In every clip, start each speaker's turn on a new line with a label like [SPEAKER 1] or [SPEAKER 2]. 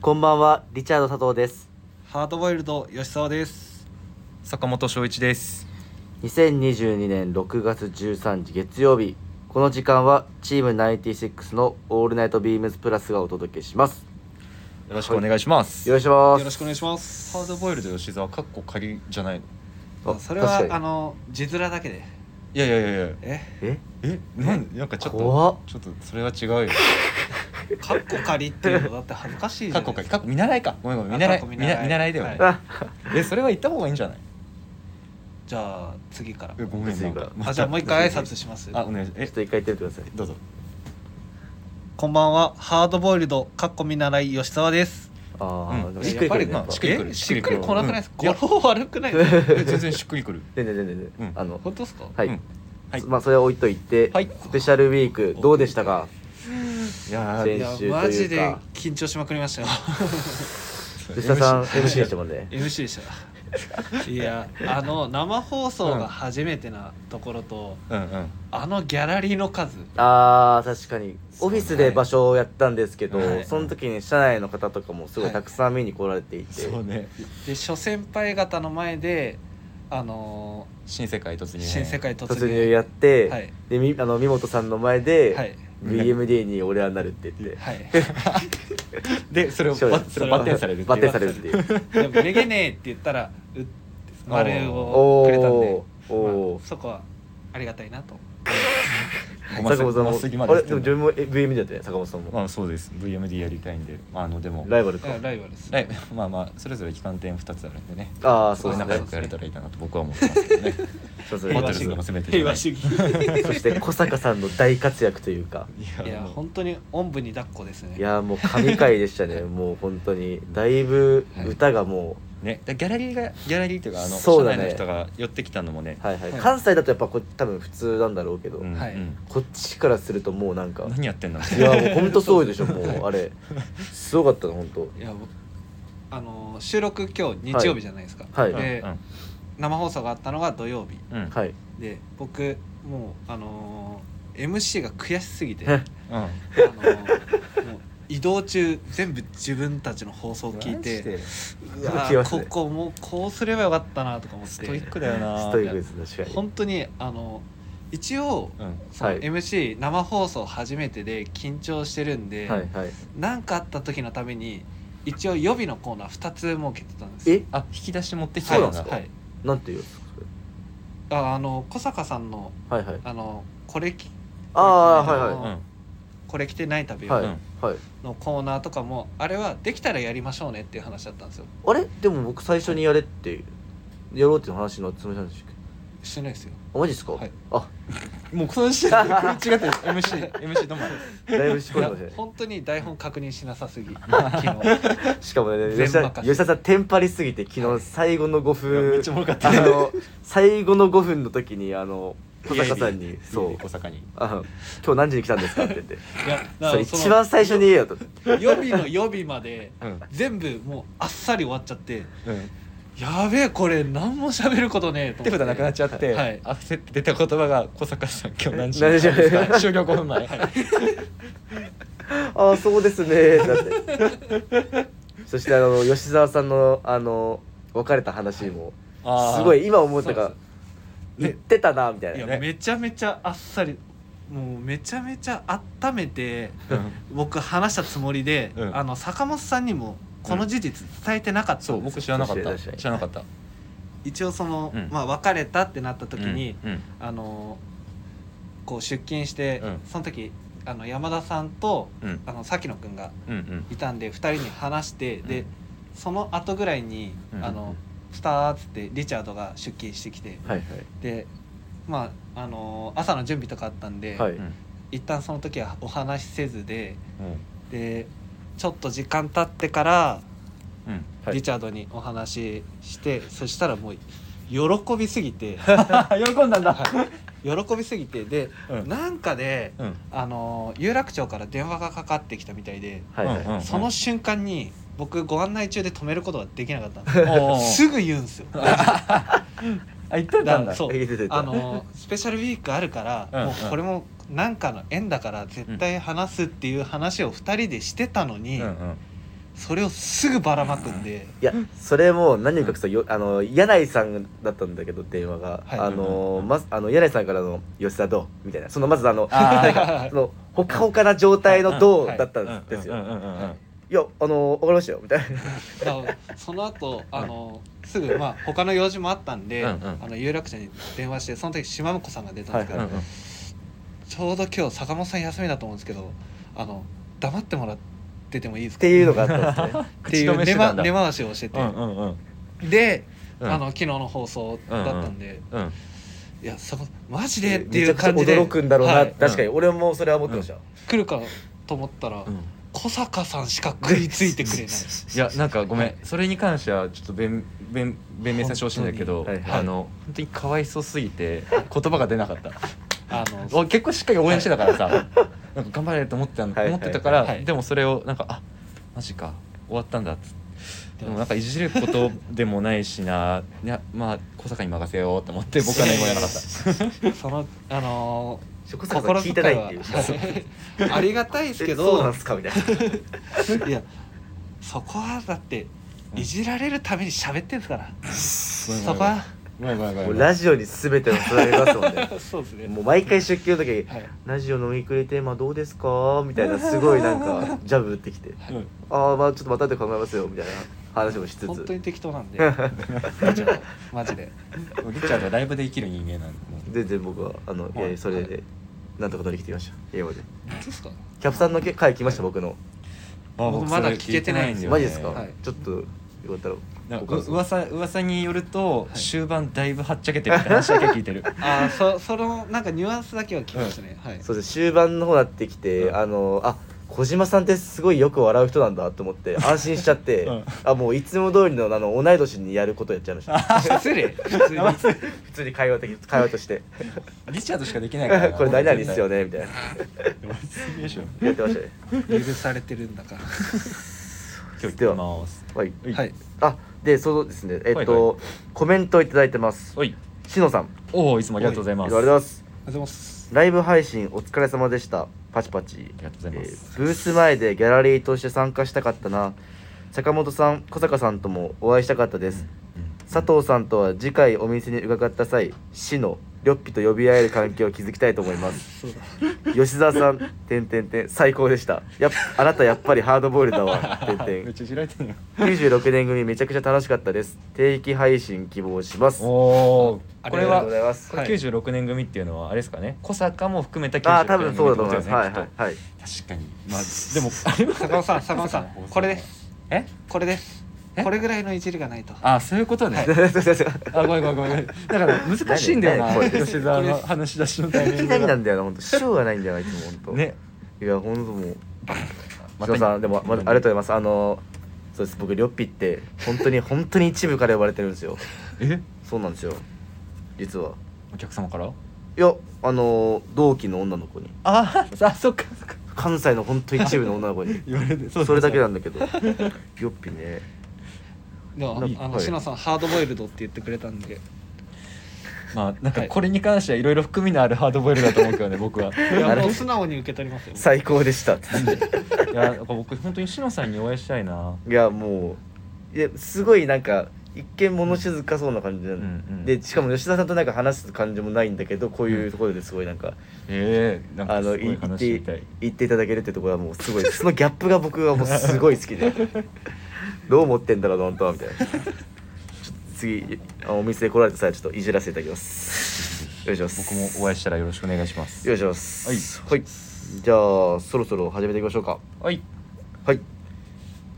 [SPEAKER 1] こんばんは、リチャード佐藤です。
[SPEAKER 2] ハードボイルド吉沢です。
[SPEAKER 3] 坂本翔一です。
[SPEAKER 1] 2022年6月13日月曜日、この時間はチーム96のオールナイトビームズプラスがお届けします。
[SPEAKER 3] よろしくお願いします。
[SPEAKER 1] よろしくお
[SPEAKER 2] よ
[SPEAKER 1] 願い
[SPEAKER 2] ろし
[SPEAKER 1] し
[SPEAKER 2] くお願いします。
[SPEAKER 3] ハードボイルド吉沢かっこ仮じゃないの。
[SPEAKER 1] ます。
[SPEAKER 2] あそれ
[SPEAKER 1] 確
[SPEAKER 2] は
[SPEAKER 1] かに
[SPEAKER 2] あの字面だけで。
[SPEAKER 3] いやいやいやいや。
[SPEAKER 2] え、
[SPEAKER 1] え、
[SPEAKER 3] え、なんなんかちょっ
[SPEAKER 1] 怖っ
[SPEAKER 3] とちょっとそれは違うよ。
[SPEAKER 2] カッコ仮っていうのだって恥ずかしいじ
[SPEAKER 3] か
[SPEAKER 2] ゃ
[SPEAKER 3] っ
[SPEAKER 2] な
[SPEAKER 3] こ
[SPEAKER 2] いで
[SPEAKER 3] 仮
[SPEAKER 2] すか。
[SPEAKER 3] かっこ見習いか。ごめんごめん見
[SPEAKER 2] あか
[SPEAKER 3] 習
[SPEAKER 2] っ
[SPEAKER 3] い
[SPEAKER 2] こ
[SPEAKER 3] 見
[SPEAKER 2] 見
[SPEAKER 3] 習
[SPEAKER 2] 習
[SPEAKER 3] い
[SPEAKER 2] い
[SPEAKER 3] 見習いだよ
[SPEAKER 2] は
[SPEAKER 3] ね。
[SPEAKER 1] あ、
[SPEAKER 3] え、それは言った方がいいんじゃない？
[SPEAKER 2] じゃあ次から
[SPEAKER 3] え、。ごめんなんか。
[SPEAKER 2] あじゃあもう一回挨拶します。
[SPEAKER 3] あ、お願い し
[SPEAKER 1] ちょ
[SPEAKER 3] ま
[SPEAKER 1] っ
[SPEAKER 3] す。
[SPEAKER 1] と一回言ってみてください
[SPEAKER 3] え、。どうぞ。
[SPEAKER 2] こんばんはハードボイルドカッコ見習い吉沢です。
[SPEAKER 1] あ
[SPEAKER 3] うん
[SPEAKER 1] あ、
[SPEAKER 2] やっぱり
[SPEAKER 3] まあしっくりくる
[SPEAKER 2] えしっくりこなくないです
[SPEAKER 3] う
[SPEAKER 2] か。
[SPEAKER 3] ん
[SPEAKER 2] 語呂悪くないです か。
[SPEAKER 3] え全然しっくりくる。
[SPEAKER 1] 全然全然
[SPEAKER 3] う
[SPEAKER 1] 全然
[SPEAKER 3] ん。
[SPEAKER 1] あの、
[SPEAKER 2] 本当ですか。
[SPEAKER 1] はい
[SPEAKER 3] うん。はい
[SPEAKER 1] まあ、それは置いといて、
[SPEAKER 3] はい
[SPEAKER 1] スペシャルウィーク、どうでしたか。
[SPEAKER 3] いや
[SPEAKER 1] 先
[SPEAKER 3] ー
[SPEAKER 2] いや
[SPEAKER 1] 週というか
[SPEAKER 2] マジで緊張しまくりましたよ。
[SPEAKER 1] 吉田さん、MC でしたもんね。
[SPEAKER 2] MC で した。いやあの生放送が初めてなところと、
[SPEAKER 3] うんうん。
[SPEAKER 2] あのギャラリーの数。
[SPEAKER 1] あー確かに
[SPEAKER 3] そ
[SPEAKER 1] オ
[SPEAKER 3] う
[SPEAKER 1] フ
[SPEAKER 3] ね
[SPEAKER 1] ィスで場所をやったんですけど、
[SPEAKER 2] はい
[SPEAKER 1] その時に社内の方とかもすごい
[SPEAKER 2] はい
[SPEAKER 1] たくさん見に来られていて、
[SPEAKER 3] そうね。
[SPEAKER 2] で諸先輩方の前であの
[SPEAKER 3] 新世界突
[SPEAKER 2] ー
[SPEAKER 3] 入。
[SPEAKER 2] 新世。界突入
[SPEAKER 1] 突入やって、
[SPEAKER 2] はい
[SPEAKER 1] でみあの三本さんの前で、
[SPEAKER 2] はい
[SPEAKER 1] BMD に俺はなるって言 って、
[SPEAKER 2] はい
[SPEAKER 3] で、それを
[SPEAKER 1] そう
[SPEAKER 3] ばそれをバッテンされるっていう。
[SPEAKER 1] バッテンされるっていう
[SPEAKER 2] でも「めげねえ」って言ったら「うっ」丸
[SPEAKER 1] お
[SPEAKER 2] を
[SPEAKER 1] お
[SPEAKER 2] くれたんで、
[SPEAKER 1] ーお
[SPEAKER 2] まあそこはありがたいなと
[SPEAKER 3] ご
[SPEAKER 1] ー
[SPEAKER 3] ま
[SPEAKER 1] 坂
[SPEAKER 3] す
[SPEAKER 1] 本さんも
[SPEAKER 3] まっすぐま
[SPEAKER 1] あ
[SPEAKER 3] で
[SPEAKER 1] れ
[SPEAKER 3] 行っ
[SPEAKER 1] で
[SPEAKER 3] て
[SPEAKER 1] も
[SPEAKER 3] ん
[SPEAKER 1] 自
[SPEAKER 3] だ。
[SPEAKER 1] 分も BMD だったね坂本さんも、
[SPEAKER 3] まあそうです VMD やりたいんでまああのでも
[SPEAKER 1] ライバルか
[SPEAKER 2] だからライバルです
[SPEAKER 3] ライブ まあまあそれぞれ期間点2つあるんでね
[SPEAKER 1] ああ
[SPEAKER 3] そ
[SPEAKER 1] そうう
[SPEAKER 3] い
[SPEAKER 1] で
[SPEAKER 3] う
[SPEAKER 1] す
[SPEAKER 3] 仲
[SPEAKER 1] ね
[SPEAKER 3] 良くやれたらいいかなと僕は思ってますけどね
[SPEAKER 1] そうそう
[SPEAKER 3] 平和
[SPEAKER 1] そ
[SPEAKER 3] 主義
[SPEAKER 1] う
[SPEAKER 3] が攻めてる
[SPEAKER 2] 平和主義い
[SPEAKER 1] そして小坂さんの大活躍と いうか
[SPEAKER 3] い
[SPEAKER 2] や
[SPEAKER 3] もう
[SPEAKER 2] 本当におんぶに抱っこですね
[SPEAKER 1] いやーもう神回でしたねもう本当にだいぶ歌がもう、
[SPEAKER 3] ねでギャラリーがギャラリーというかあの
[SPEAKER 1] そうだ
[SPEAKER 3] 社内
[SPEAKER 1] ね
[SPEAKER 3] の人が寄ってきたのもね
[SPEAKER 1] はいはい、
[SPEAKER 2] はい
[SPEAKER 1] 関西だとやっぱこ多分普通なんだろうけど、
[SPEAKER 3] うん
[SPEAKER 2] はい
[SPEAKER 3] うん
[SPEAKER 1] こっちからするともうなんか
[SPEAKER 3] 何やってんの
[SPEAKER 1] いやもう本当すごいでしょもうあれすごかったの本当
[SPEAKER 2] いや僕あのー収録今日日曜日じゃないですか、
[SPEAKER 1] はい
[SPEAKER 3] うん
[SPEAKER 2] で、生放送があったのが土曜日
[SPEAKER 3] うんうん
[SPEAKER 1] はい
[SPEAKER 2] で僕もうあのー MC が悔しすぎて
[SPEAKER 1] え
[SPEAKER 3] うん
[SPEAKER 2] あのーもう移動中全部自分たちの放送を聞い
[SPEAKER 3] マ
[SPEAKER 2] て
[SPEAKER 3] ジでス
[SPEAKER 2] うわ
[SPEAKER 1] 聞きま
[SPEAKER 2] ー
[SPEAKER 1] すね
[SPEAKER 2] ここもうこうすればよかったなとか思っ
[SPEAKER 3] トイッ
[SPEAKER 2] て
[SPEAKER 3] クだよな
[SPEAKER 1] ストイックです確かに
[SPEAKER 2] 本当にあの一応
[SPEAKER 3] うん
[SPEAKER 2] その
[SPEAKER 1] はい
[SPEAKER 2] MC 生放送初めてで緊張してるんで
[SPEAKER 1] はいはい
[SPEAKER 2] 何、かあった時のために一応予備のコーナー2つ設けてたんですよ
[SPEAKER 1] え
[SPEAKER 3] あ引き出し持ってき
[SPEAKER 1] そ
[SPEAKER 3] た
[SPEAKER 1] う
[SPEAKER 3] よ
[SPEAKER 1] なんですか
[SPEAKER 2] はい、
[SPEAKER 1] なんていうやつ
[SPEAKER 2] ああの小坂さんの
[SPEAKER 1] はいはい
[SPEAKER 2] あのこれき
[SPEAKER 1] ああ
[SPEAKER 2] これ
[SPEAKER 1] はい
[SPEAKER 3] うん
[SPEAKER 1] は
[SPEAKER 3] はい
[SPEAKER 2] これ着てない食べ
[SPEAKER 1] い
[SPEAKER 2] よう
[SPEAKER 1] はい、
[SPEAKER 3] うん
[SPEAKER 1] はい
[SPEAKER 2] のコーナーとかもあれはできたらやりましょうねっていう話だったんですよ
[SPEAKER 1] あれでも僕最初にやれってやろうっていう話のつもりなんですけど
[SPEAKER 2] してないですよ
[SPEAKER 1] あマジですか、
[SPEAKER 2] はい
[SPEAKER 1] あ
[SPEAKER 3] もうこ の時点で食い違ってる MC MC どんまで
[SPEAKER 1] だいぶ仕
[SPEAKER 2] い
[SPEAKER 1] 込んで
[SPEAKER 2] や
[SPEAKER 1] ましたね
[SPEAKER 2] 本当に台本確認しなさ すぎ昨日
[SPEAKER 1] しかもね
[SPEAKER 2] 全
[SPEAKER 1] 吉田
[SPEAKER 2] 任せ
[SPEAKER 1] 吉田さんテンパりすぎて昨日最後の5
[SPEAKER 3] いやめっ
[SPEAKER 1] 分
[SPEAKER 3] ちゃおもろかった
[SPEAKER 1] あ
[SPEAKER 3] ね
[SPEAKER 1] の最後の5分の時にあの小坂さんに「そう
[SPEAKER 3] 小坂に
[SPEAKER 1] あの今日何時に来たんですか?」って言って
[SPEAKER 2] い
[SPEAKER 1] 「
[SPEAKER 2] やだ
[SPEAKER 1] それ
[SPEAKER 2] から
[SPEAKER 1] 一番最初に言えよ」と「
[SPEAKER 2] 予備の予備まで
[SPEAKER 3] うん
[SPEAKER 2] 全部もうあっさり終わっちゃって
[SPEAKER 3] うん
[SPEAKER 2] やべえこれ何も喋ることねえと思って
[SPEAKER 3] 手札なくなっちゃって、
[SPEAKER 2] はい
[SPEAKER 3] あせって出た言葉が小坂さん今日何時
[SPEAKER 1] 何時
[SPEAKER 3] ですか終了5分前、
[SPEAKER 1] ああそうですね」ってなって そしてあの吉沢さんのあの別れた話も
[SPEAKER 3] あー
[SPEAKER 1] すごい今思った
[SPEAKER 2] そう
[SPEAKER 1] が
[SPEAKER 2] そう
[SPEAKER 1] 言ってたなみたい
[SPEAKER 2] い
[SPEAKER 1] なね
[SPEAKER 2] やめちゃめちゃあっさりもうめちゃめちゃ温めて
[SPEAKER 3] うん
[SPEAKER 2] 僕話したつもりで、
[SPEAKER 3] うん
[SPEAKER 2] あの坂本さんにもこの事実伝えてなかった
[SPEAKER 3] そうん
[SPEAKER 2] です
[SPEAKER 3] 僕
[SPEAKER 2] よ
[SPEAKER 3] 知らなかっ
[SPEAKER 1] 確か
[SPEAKER 3] た
[SPEAKER 1] に確かに
[SPEAKER 3] 知らなかった
[SPEAKER 2] 一応その、
[SPEAKER 3] うん
[SPEAKER 2] まあ別れたってなった時に、
[SPEAKER 3] うんうん
[SPEAKER 2] あのこう出勤して、
[SPEAKER 3] うん
[SPEAKER 2] その時あの山田さんと
[SPEAKER 3] うん
[SPEAKER 2] あの崎野くんが
[SPEAKER 3] うんうん
[SPEAKER 2] いたんで2人に話して、
[SPEAKER 3] う
[SPEAKER 2] で
[SPEAKER 3] ん
[SPEAKER 2] その後ぐらいに、
[SPEAKER 3] うん
[SPEAKER 2] あのスターっつってリチャードが出勤してきて
[SPEAKER 1] はい
[SPEAKER 2] でまああの朝の準備とかあったんで、
[SPEAKER 1] はいはい
[SPEAKER 3] うん
[SPEAKER 2] 一旦その時はお話しせずででちょっと時間経ってから
[SPEAKER 3] うん
[SPEAKER 1] はい
[SPEAKER 2] リチャードにお話しして、そしたらもう喜びすぎ て
[SPEAKER 3] 喜んだんだ
[SPEAKER 2] 喜びすぎてで、
[SPEAKER 3] うん
[SPEAKER 2] なんかで
[SPEAKER 3] うん
[SPEAKER 2] あの有楽町から電話がかかってきたみたいで、
[SPEAKER 1] はいはい
[SPEAKER 3] うんうん
[SPEAKER 2] その瞬間に僕ご案内中で止めることができなかったんです
[SPEAKER 3] おーおー
[SPEAKER 2] すぐ言うん ですよ
[SPEAKER 3] あ言ってたん
[SPEAKER 2] だ
[SPEAKER 3] だ
[SPEAKER 2] そう
[SPEAKER 1] え出て出て
[SPEAKER 2] あのスペシャルウィークあるから、
[SPEAKER 3] うん
[SPEAKER 2] もうこれもなんかの縁だから絶対話すっていう話を2人でしてたのに、
[SPEAKER 3] うんうん
[SPEAKER 2] それをすぐばらまくんで
[SPEAKER 1] いやそれも何を隠そうよあの柳井さんだったんだけど電話が、
[SPEAKER 2] はい
[SPEAKER 1] あのまずあの柳井さんからの吉田どうみたいなそのまずあの
[SPEAKER 3] あ
[SPEAKER 1] な
[SPEAKER 3] ー
[SPEAKER 1] んか そのほかほかな状態のどうだったんです
[SPEAKER 3] うんう
[SPEAKER 1] よ。
[SPEAKER 3] んうんうんうん
[SPEAKER 1] いやあのわかりましたよみたいな。
[SPEAKER 2] だからその後あのすぐまあ他の用事もあったんで、
[SPEAKER 3] うんうん
[SPEAKER 2] あの有楽町に電話してその時島婿さんが出たんですけど、
[SPEAKER 1] はいは
[SPEAKER 2] ちょうど今日坂本さん休みだと思うんですけどあの黙ってもら っててもいいです
[SPEAKER 1] っ
[SPEAKER 2] か
[SPEAKER 1] ていうのがあったんですね。
[SPEAKER 2] っていう根回根回しをしてて、
[SPEAKER 3] うんうんうん
[SPEAKER 2] で、
[SPEAKER 3] うん
[SPEAKER 2] あの昨日の放送だったんで、
[SPEAKER 3] うん
[SPEAKER 2] いやそこマジでっていう感じ
[SPEAKER 1] めち
[SPEAKER 2] で
[SPEAKER 1] ゃくちゃ驚くんだろうな、
[SPEAKER 2] はい
[SPEAKER 1] 確かに俺もそれは思ってました、
[SPEAKER 2] 来るかと思ったら、
[SPEAKER 3] うん
[SPEAKER 2] 小坂さんしか食いついてく れない
[SPEAKER 3] いやなんかごめん、
[SPEAKER 2] はい
[SPEAKER 3] それに関してはちょっと弁弁弁明させてほしいんだけど、
[SPEAKER 1] 本当にはい
[SPEAKER 2] はい
[SPEAKER 3] あの本当にかわいそうすぎて言葉が出なかった
[SPEAKER 2] あの
[SPEAKER 3] お結構しっかり応援してたからさ、なんか頑張れと思ってたの
[SPEAKER 1] はい
[SPEAKER 3] 思ってたから、
[SPEAKER 2] はい
[SPEAKER 3] でもそれをなんかあマジか終わったんだっつってでもなんかいじることでもないしないやまあ小坂に任せようと思って僕は何もやらなかった
[SPEAKER 2] そのあの
[SPEAKER 1] 食作
[SPEAKER 2] 心
[SPEAKER 1] 聞いて
[SPEAKER 2] 遣
[SPEAKER 1] ない
[SPEAKER 2] い
[SPEAKER 1] っ
[SPEAKER 2] は
[SPEAKER 1] ていう。
[SPEAKER 2] はいありがたい ですけ
[SPEAKER 1] えそうな
[SPEAKER 2] ど
[SPEAKER 1] んすかみたい
[SPEAKER 2] いやそこはだって
[SPEAKER 3] うん
[SPEAKER 2] いじられるために喋ってんすから、そこは。
[SPEAKER 3] かごめんごめんご
[SPEAKER 1] な。
[SPEAKER 3] め
[SPEAKER 1] もう
[SPEAKER 3] んごめん
[SPEAKER 1] ラジオに全てをつなげますもんね
[SPEAKER 2] そうですね
[SPEAKER 1] もう毎回出勤の時、
[SPEAKER 2] はい
[SPEAKER 1] ラジオのウィークリーテーマどうですかみたいなすごいなんかジャブ打ってきて、ああまあちょっとまたで考えますよみたいな話もしつ
[SPEAKER 2] 本当
[SPEAKER 1] つ、
[SPEAKER 2] に適当なんでマジでマジで
[SPEAKER 3] うんリチャードはライブで生きる人間なんでもう
[SPEAKER 1] 全然僕はあのいやい
[SPEAKER 2] は
[SPEAKER 1] や
[SPEAKER 2] い
[SPEAKER 1] それでなんとか乗り切ってきました。今まで。
[SPEAKER 2] 本当ですか
[SPEAKER 1] キャプさんの回来ました僕の。
[SPEAKER 3] あ
[SPEAKER 2] 僕まだ聞けてないんですよ
[SPEAKER 1] マジですか。
[SPEAKER 2] はい
[SPEAKER 1] ちょっとよかったら
[SPEAKER 3] なん
[SPEAKER 1] ご
[SPEAKER 3] かう
[SPEAKER 1] 感想
[SPEAKER 3] 噂噂によると、
[SPEAKER 2] はい
[SPEAKER 3] 終盤だいぶはっちゃけてるって話だけ聞いてる
[SPEAKER 2] あーそそのなんかニュアンスだけは聞きましたね、はい
[SPEAKER 1] そうです終盤の方になってきて、
[SPEAKER 3] うん
[SPEAKER 1] あのあ小島さんってすごいよく笑う人なんだと思って安心しちゃって、
[SPEAKER 3] うん
[SPEAKER 1] あもういつも通りのあの同い年にやることやっちゃいました
[SPEAKER 2] 失礼普通に
[SPEAKER 1] 普通に会話的会話として
[SPEAKER 3] リチャードしかできないから
[SPEAKER 1] これ何々っすよねみたいな
[SPEAKER 3] すげえでしょ
[SPEAKER 1] やってましたね
[SPEAKER 2] 許されてるんだから
[SPEAKER 3] 今日行きます
[SPEAKER 1] はい
[SPEAKER 2] はい
[SPEAKER 1] あでそうですねえっと、
[SPEAKER 3] はいは
[SPEAKER 1] コメントいただいてます
[SPEAKER 3] おい
[SPEAKER 1] しのさんあ
[SPEAKER 3] おおいつもありがとうござい
[SPEAKER 1] りがと
[SPEAKER 3] ます
[SPEAKER 1] うございます
[SPEAKER 2] ありがとうございます
[SPEAKER 1] ライブ配信お疲れ様でしたパチパチ
[SPEAKER 3] ありがとうございます、
[SPEAKER 1] えーブース前でギャラリーとして参加したかったな坂本さん小坂さんともお会いしたかったです、佐藤さんとは次回お店に伺った際市のリョッピと呼び合える関係を築きたいと思います
[SPEAKER 2] そうだ
[SPEAKER 1] 吉沢さん点点点最高でしたやっあなたやっぱりハードボイルだ わ点
[SPEAKER 3] めっ
[SPEAKER 1] 点
[SPEAKER 3] ちゃ知られてんよ
[SPEAKER 1] 96年組めちゃくちゃ楽しかったです定期配信希望します
[SPEAKER 3] お
[SPEAKER 1] あ
[SPEAKER 3] お
[SPEAKER 2] あ
[SPEAKER 3] こ
[SPEAKER 1] り
[SPEAKER 3] れ
[SPEAKER 1] がとうござい
[SPEAKER 3] は
[SPEAKER 1] ます、
[SPEAKER 2] は
[SPEAKER 3] 九十六年組っていうのはあれですかね小坂も含めた
[SPEAKER 1] ああー
[SPEAKER 3] 96
[SPEAKER 1] 多
[SPEAKER 3] 年
[SPEAKER 1] 分
[SPEAKER 3] 組
[SPEAKER 1] そうだと思いま
[SPEAKER 3] っ
[SPEAKER 1] す、
[SPEAKER 3] てこ
[SPEAKER 1] はい
[SPEAKER 3] だよ
[SPEAKER 1] はいはい
[SPEAKER 3] ねきっと確かにまあ でもあれ
[SPEAKER 2] 坂本
[SPEAKER 3] は
[SPEAKER 2] さん坂本さんこれです
[SPEAKER 3] え
[SPEAKER 2] これです
[SPEAKER 3] え
[SPEAKER 2] これぐらいのいじりがないと
[SPEAKER 3] あそういうことね、あごめんごめんごめんだから難しいんだよ
[SPEAKER 1] 何
[SPEAKER 3] な
[SPEAKER 1] 何これ
[SPEAKER 3] 吉沢の話し出しのタイミ
[SPEAKER 1] い
[SPEAKER 3] ン
[SPEAKER 1] き
[SPEAKER 3] グ
[SPEAKER 1] なりな
[SPEAKER 3] が
[SPEAKER 1] んだよな本当師匠がないんだよないつも本当
[SPEAKER 3] ね
[SPEAKER 1] いや本当もう
[SPEAKER 3] ま
[SPEAKER 1] ま
[SPEAKER 3] た
[SPEAKER 1] たさんでも、まありがとうございますあのそうです僕リョッピって本当に本当に一部から呼ばれてるんですよ
[SPEAKER 3] え
[SPEAKER 1] そうなんですよ実は
[SPEAKER 3] お客様から
[SPEAKER 1] いやあの同期の女の子に
[SPEAKER 3] ああそっかそっか
[SPEAKER 1] 関西の本当一部の女の子に
[SPEAKER 3] 言われて
[SPEAKER 1] それだけなんだけどリョッピね
[SPEAKER 2] でも
[SPEAKER 1] なんか
[SPEAKER 2] あの
[SPEAKER 1] はい
[SPEAKER 2] シノさんハードボイルドって言ってくれたんで
[SPEAKER 3] まあなんか
[SPEAKER 2] はい
[SPEAKER 3] これに関してはいろいろ含みのあるハードボイルだと思うけどね僕は
[SPEAKER 2] いや
[SPEAKER 1] あれ
[SPEAKER 2] もう素直に受け取りますよ
[SPEAKER 1] 最高でしたって
[SPEAKER 3] いやなんか僕本当に篠さんにお会いしたいない
[SPEAKER 1] やもういやすごいなんか一見物静かそうな感じなの、
[SPEAKER 3] うんうん
[SPEAKER 1] でしかも吉田さんとなんか話す感じもないんだけどこういうところですごいなんか、
[SPEAKER 3] ええなん
[SPEAKER 1] あ
[SPEAKER 3] か
[SPEAKER 1] の
[SPEAKER 3] す
[SPEAKER 1] い
[SPEAKER 3] ごい
[SPEAKER 1] 言っ
[SPEAKER 3] 話みたい
[SPEAKER 1] て言っていただけるってところはもうすごいそのギャップが僕はもうすごい好きで どう思ってんだろう本当はみたいなちょっと次あお店来られた際ちょっといじらせていただき ますよろしくお願いしま
[SPEAKER 3] 僕
[SPEAKER 1] す
[SPEAKER 3] もお会いしたらよろしくお願いします
[SPEAKER 1] よろしくお願いしますはい、じゃあそろそろ始めていきましょうか
[SPEAKER 3] はい
[SPEAKER 1] はい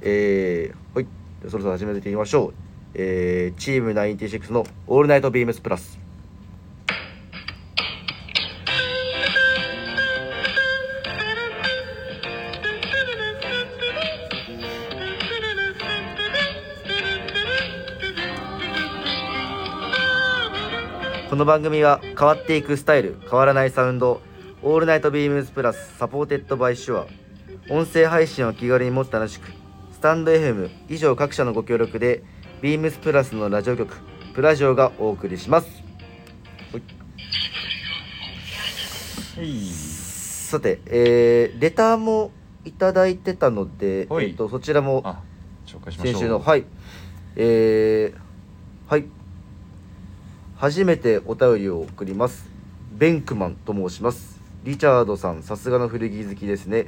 [SPEAKER 1] えー、はいじゃあそろそろ始めていきましょうえー、チーム96の「オールナイトビームスプラス」この番組は変わっていくスタイル変わらないサウンド「オールナイトビームスプラスサポーテッドバイシュア」音声配信を気軽にもっと楽しくスタンド FM 以上各社のご協力でビームスプラスのラジオ局プラジオがお送りします
[SPEAKER 3] はい
[SPEAKER 1] さて、えーレターもいただいてたので、
[SPEAKER 3] はい
[SPEAKER 1] えっと、そちらも
[SPEAKER 3] あ紹介しましょう
[SPEAKER 1] 先週のはいえー、はい初めてお便りを送りますベンクマンと申しますリチャードさんさすがの古着好きですね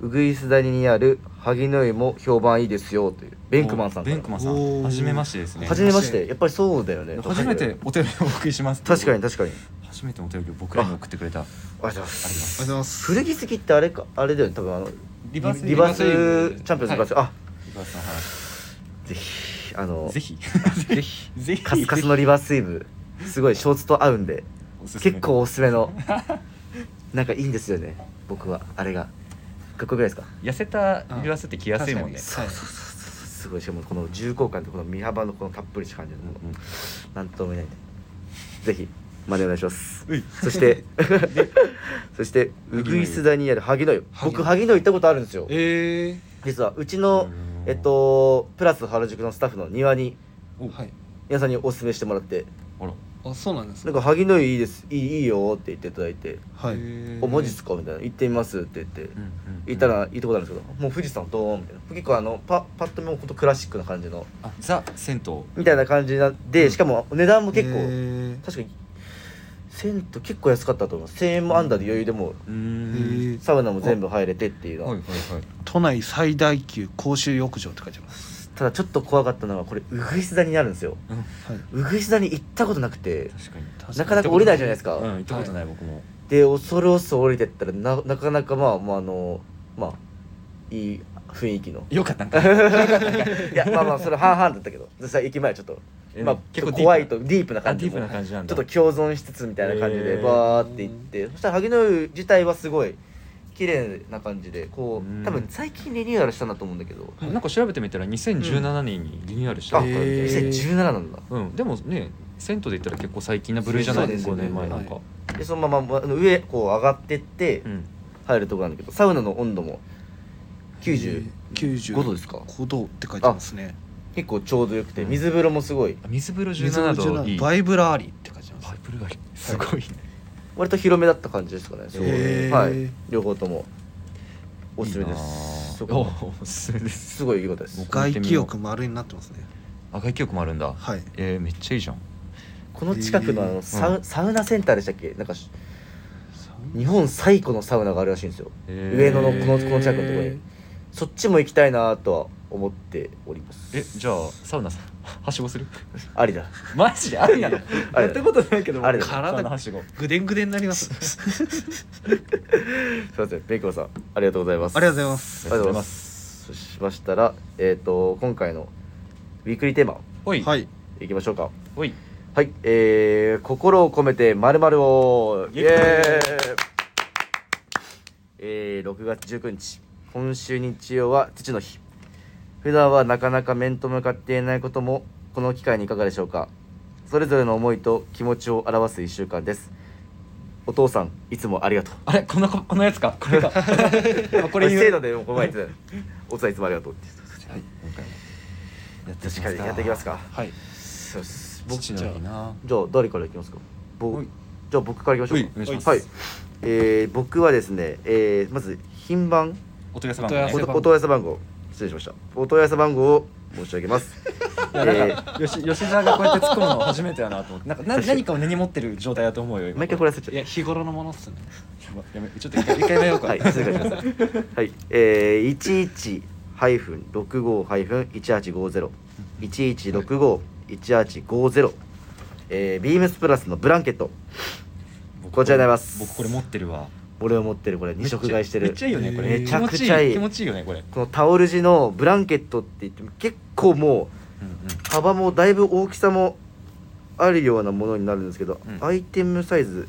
[SPEAKER 1] ウグイス谷にある萩の湯も評判いいですよというベンクマンさんか
[SPEAKER 3] ベ
[SPEAKER 1] ら
[SPEAKER 3] ンクマンさ
[SPEAKER 2] お
[SPEAKER 3] ん
[SPEAKER 2] ー
[SPEAKER 3] 初めましてですね
[SPEAKER 1] 初めましてやっぱりそうだよね
[SPEAKER 3] 初めてお便りをお送りします
[SPEAKER 1] 確かに確かに
[SPEAKER 3] 初めてお便りを僕らに送ってくれた
[SPEAKER 1] ありがとうございま
[SPEAKER 3] ありますす
[SPEAKER 4] おはようございます
[SPEAKER 1] 古着好きってあれかあれだよね多分あの
[SPEAKER 3] リ
[SPEAKER 2] バース
[SPEAKER 1] リバースチ
[SPEAKER 2] リ
[SPEAKER 1] ャ
[SPEAKER 2] バース
[SPEAKER 1] ンピオンズリバースあ
[SPEAKER 3] リバースの話
[SPEAKER 1] ぜひあの
[SPEAKER 3] ぜひ
[SPEAKER 2] ぜ ひぜひ
[SPEAKER 1] カスカスのリバースイブすごいショーツと合うんで
[SPEAKER 3] おすすめ
[SPEAKER 1] 結構おすすめのなんかいいんですよね僕はあれがかっこよくないですか
[SPEAKER 3] 痩せたリバースって着やすいもんね
[SPEAKER 2] 確かにはい
[SPEAKER 1] すごいしかもこの重厚感とこの身幅のこのたっぷりした感じのも
[SPEAKER 3] うん
[SPEAKER 1] うなんとも言えないんでぜひ真似お願いします
[SPEAKER 3] うい
[SPEAKER 1] そして そしてウグイス谷にある萩野湯僕萩野湯行ったことあるんですよ
[SPEAKER 2] え
[SPEAKER 1] 実はうちの
[SPEAKER 3] うん
[SPEAKER 1] えっとプラス原宿のスタッフの庭に
[SPEAKER 2] えはい
[SPEAKER 1] 皆さんにおすすめしてもらって
[SPEAKER 3] あら
[SPEAKER 2] あそうなんです
[SPEAKER 1] なんか萩野湯いいですいいいいよって言っていただいて
[SPEAKER 4] はい
[SPEAKER 1] 「お文字っすか?」みたいな「行ってみます」って言って
[SPEAKER 3] うんうん
[SPEAKER 1] 行ったらいいとこなんですけどもう富士山ドーンみたいな結構あのパパッと見もほんとクラシックな感じの
[SPEAKER 3] あザ銭湯
[SPEAKER 1] みたいな感じなんで、しかも値段も結構、
[SPEAKER 4] えー
[SPEAKER 1] 確かに銭湯結構安かったと思います1000円もアンダーで余裕でもう
[SPEAKER 3] うー
[SPEAKER 4] え
[SPEAKER 3] ん
[SPEAKER 4] ー
[SPEAKER 1] サウナも全部入れてっていうの
[SPEAKER 3] は
[SPEAKER 1] はい
[SPEAKER 3] はいはい
[SPEAKER 4] 都内最大級公衆浴場って書いてます
[SPEAKER 1] ただちょっと怖かったのがこれウグイス座になるんですよ
[SPEAKER 4] はい
[SPEAKER 1] ウグイス座に行ったことなくて
[SPEAKER 3] 確かに
[SPEAKER 1] なかなか降りないじゃないですか、
[SPEAKER 3] うん行ったことない僕も
[SPEAKER 1] で恐る恐る降りてったらななかなかまあまああのまあいい雰囲気の
[SPEAKER 3] よかったんか
[SPEAKER 1] いやまあまあそれ半々だったけど実際駅前はちょっと
[SPEAKER 3] え
[SPEAKER 1] まあ、
[SPEAKER 3] 結
[SPEAKER 1] 結
[SPEAKER 3] 構
[SPEAKER 1] 構
[SPEAKER 3] ディープな
[SPEAKER 1] 怖いとディープな
[SPEAKER 3] あ
[SPEAKER 1] 感
[SPEAKER 3] デ
[SPEAKER 1] じ
[SPEAKER 3] ィープ
[SPEAKER 1] も
[SPEAKER 3] な感じなん
[SPEAKER 1] ちょ
[SPEAKER 3] だ
[SPEAKER 1] っと共存しつつみたいな感じ
[SPEAKER 3] へ
[SPEAKER 1] で
[SPEAKER 3] ー
[SPEAKER 1] バーって行って、そしたら萩の湯自体はすごい綺麗な感じでこ
[SPEAKER 3] うん
[SPEAKER 1] う多分最近リニューアルしたんだと思うんだけど、
[SPEAKER 3] なんか調べてみたら2017年にリニューアルした
[SPEAKER 1] あ
[SPEAKER 3] みたい
[SPEAKER 4] へ
[SPEAKER 3] で、
[SPEAKER 4] ー
[SPEAKER 1] 2017なんだ
[SPEAKER 3] うん、でもね銭湯で言ったら結構最近な部類じゃない
[SPEAKER 1] そうです
[SPEAKER 3] 5
[SPEAKER 1] よね
[SPEAKER 3] 年前なんか、
[SPEAKER 1] でそのままあの上こう上がってって
[SPEAKER 3] うん、
[SPEAKER 1] 入るとこなんだけどサウナの温度も95
[SPEAKER 4] 95
[SPEAKER 1] 度ですか
[SPEAKER 4] 5度って書いてますね
[SPEAKER 1] 結構ちょうどよくて
[SPEAKER 3] うん
[SPEAKER 1] 水風呂もすごい
[SPEAKER 3] あ水風呂
[SPEAKER 4] 水
[SPEAKER 3] 17
[SPEAKER 4] 風
[SPEAKER 3] 度
[SPEAKER 4] 呂
[SPEAKER 3] いい
[SPEAKER 4] バイブラーリーって書いてます
[SPEAKER 3] バイブルがすごいね、
[SPEAKER 1] 割と広めだった感じですかねすごい
[SPEAKER 4] へー
[SPEAKER 1] はい両方ともおすすめで
[SPEAKER 3] いいなあ
[SPEAKER 1] すそ
[SPEAKER 3] お
[SPEAKER 1] こ
[SPEAKER 3] おすすめです
[SPEAKER 1] すごいいいことです
[SPEAKER 3] 僕
[SPEAKER 4] 外気浴丸になってますね
[SPEAKER 3] 赤い記憶もあるんだ
[SPEAKER 4] はい
[SPEAKER 3] えー、めっちゃいいじゃん
[SPEAKER 1] この近くのあ
[SPEAKER 4] へ
[SPEAKER 1] の
[SPEAKER 4] ー
[SPEAKER 1] サウ,、
[SPEAKER 3] う
[SPEAKER 1] サウナセンターでしたっけなんかし日本最古のサウナがあるらしいんですよ
[SPEAKER 3] えー
[SPEAKER 1] 上野のこのこの近くのところにそっちも行きたいなとは思っております
[SPEAKER 3] えじゃあサウナさんはしごする
[SPEAKER 1] ありだ
[SPEAKER 3] マジでありなの
[SPEAKER 1] だ
[SPEAKER 3] やったことないけど
[SPEAKER 1] ありだ
[SPEAKER 3] サウナはしご
[SPEAKER 4] ぐでんぐでんになります あ
[SPEAKER 1] すいませんベイコンさんありがとうございます
[SPEAKER 4] りがとうございます
[SPEAKER 1] ありがとうございますそうしましたらえっ、と今回のウィークリーテーマ
[SPEAKER 3] おい、
[SPEAKER 4] はい
[SPEAKER 1] いきましょうか
[SPEAKER 3] おい
[SPEAKER 1] はいえー、心を込めてまるまるをイ
[SPEAKER 3] イエーイ
[SPEAKER 1] エーイえー、6月19日今週日曜は父の日普段はなかなか面と向かっていないこともこの機会にいかがでしょうかそれぞれの思いと気持ちを表す1週間ですお父さんいつもありがとう
[SPEAKER 3] あれこのこのやつかこ れか
[SPEAKER 1] こ
[SPEAKER 3] れ言う
[SPEAKER 1] 制度でもうこの前言ってたよお父さんいつもありがとうって
[SPEAKER 3] はい、今回もやってい
[SPEAKER 1] 確
[SPEAKER 3] きま
[SPEAKER 1] か
[SPEAKER 3] す
[SPEAKER 1] にやっていきますか
[SPEAKER 2] はい
[SPEAKER 1] そうっす僕
[SPEAKER 3] 父
[SPEAKER 1] じ
[SPEAKER 3] の
[SPEAKER 1] ゃ
[SPEAKER 3] 日
[SPEAKER 1] あ
[SPEAKER 3] な
[SPEAKER 1] 誰からいきますかぼ
[SPEAKER 3] はい
[SPEAKER 1] じゃあ僕からいきましょうか
[SPEAKER 3] はいお願いします
[SPEAKER 1] はいえー僕はですね、えーまず品番
[SPEAKER 3] お問い合
[SPEAKER 2] お
[SPEAKER 3] わせ
[SPEAKER 2] 問い合
[SPEAKER 3] 番
[SPEAKER 2] わ
[SPEAKER 1] お
[SPEAKER 2] せ
[SPEAKER 1] お問い合わせ番号失礼
[SPEAKER 3] 号ね
[SPEAKER 1] しましたお問い合わせ番号を申し上げます、
[SPEAKER 3] い やなんか、よし吉沢がこうやって突っ込むの初めてだなと思ってなんかな何かを根に持ってる状態だと思うよ今
[SPEAKER 1] 毎回これ忘れちゃ
[SPEAKER 2] い
[SPEAKER 1] っ
[SPEAKER 2] や日頃のものっすね
[SPEAKER 3] やばやめちょっと一回一回やめよう
[SPEAKER 1] た
[SPEAKER 3] か
[SPEAKER 1] はい失礼しましたはいえー、11-65-1850 1165-1850えー、ビームスプラスのブランケット
[SPEAKER 3] 僕
[SPEAKER 1] こちらになります
[SPEAKER 3] 僕これ持ってるわ
[SPEAKER 1] 俺を持ってるこれ2色買いしてる
[SPEAKER 3] めっちゃいいよねこれ
[SPEAKER 1] めちゃくちゃいい
[SPEAKER 3] 気持ちいい気持ちいいよねこれ、
[SPEAKER 1] このタオル地のブランケットって言っても結構も
[SPEAKER 3] うんうん、
[SPEAKER 1] う幅もだいぶ大きさもあるようなものになるんですけど、
[SPEAKER 3] うん
[SPEAKER 1] アイテムサイズ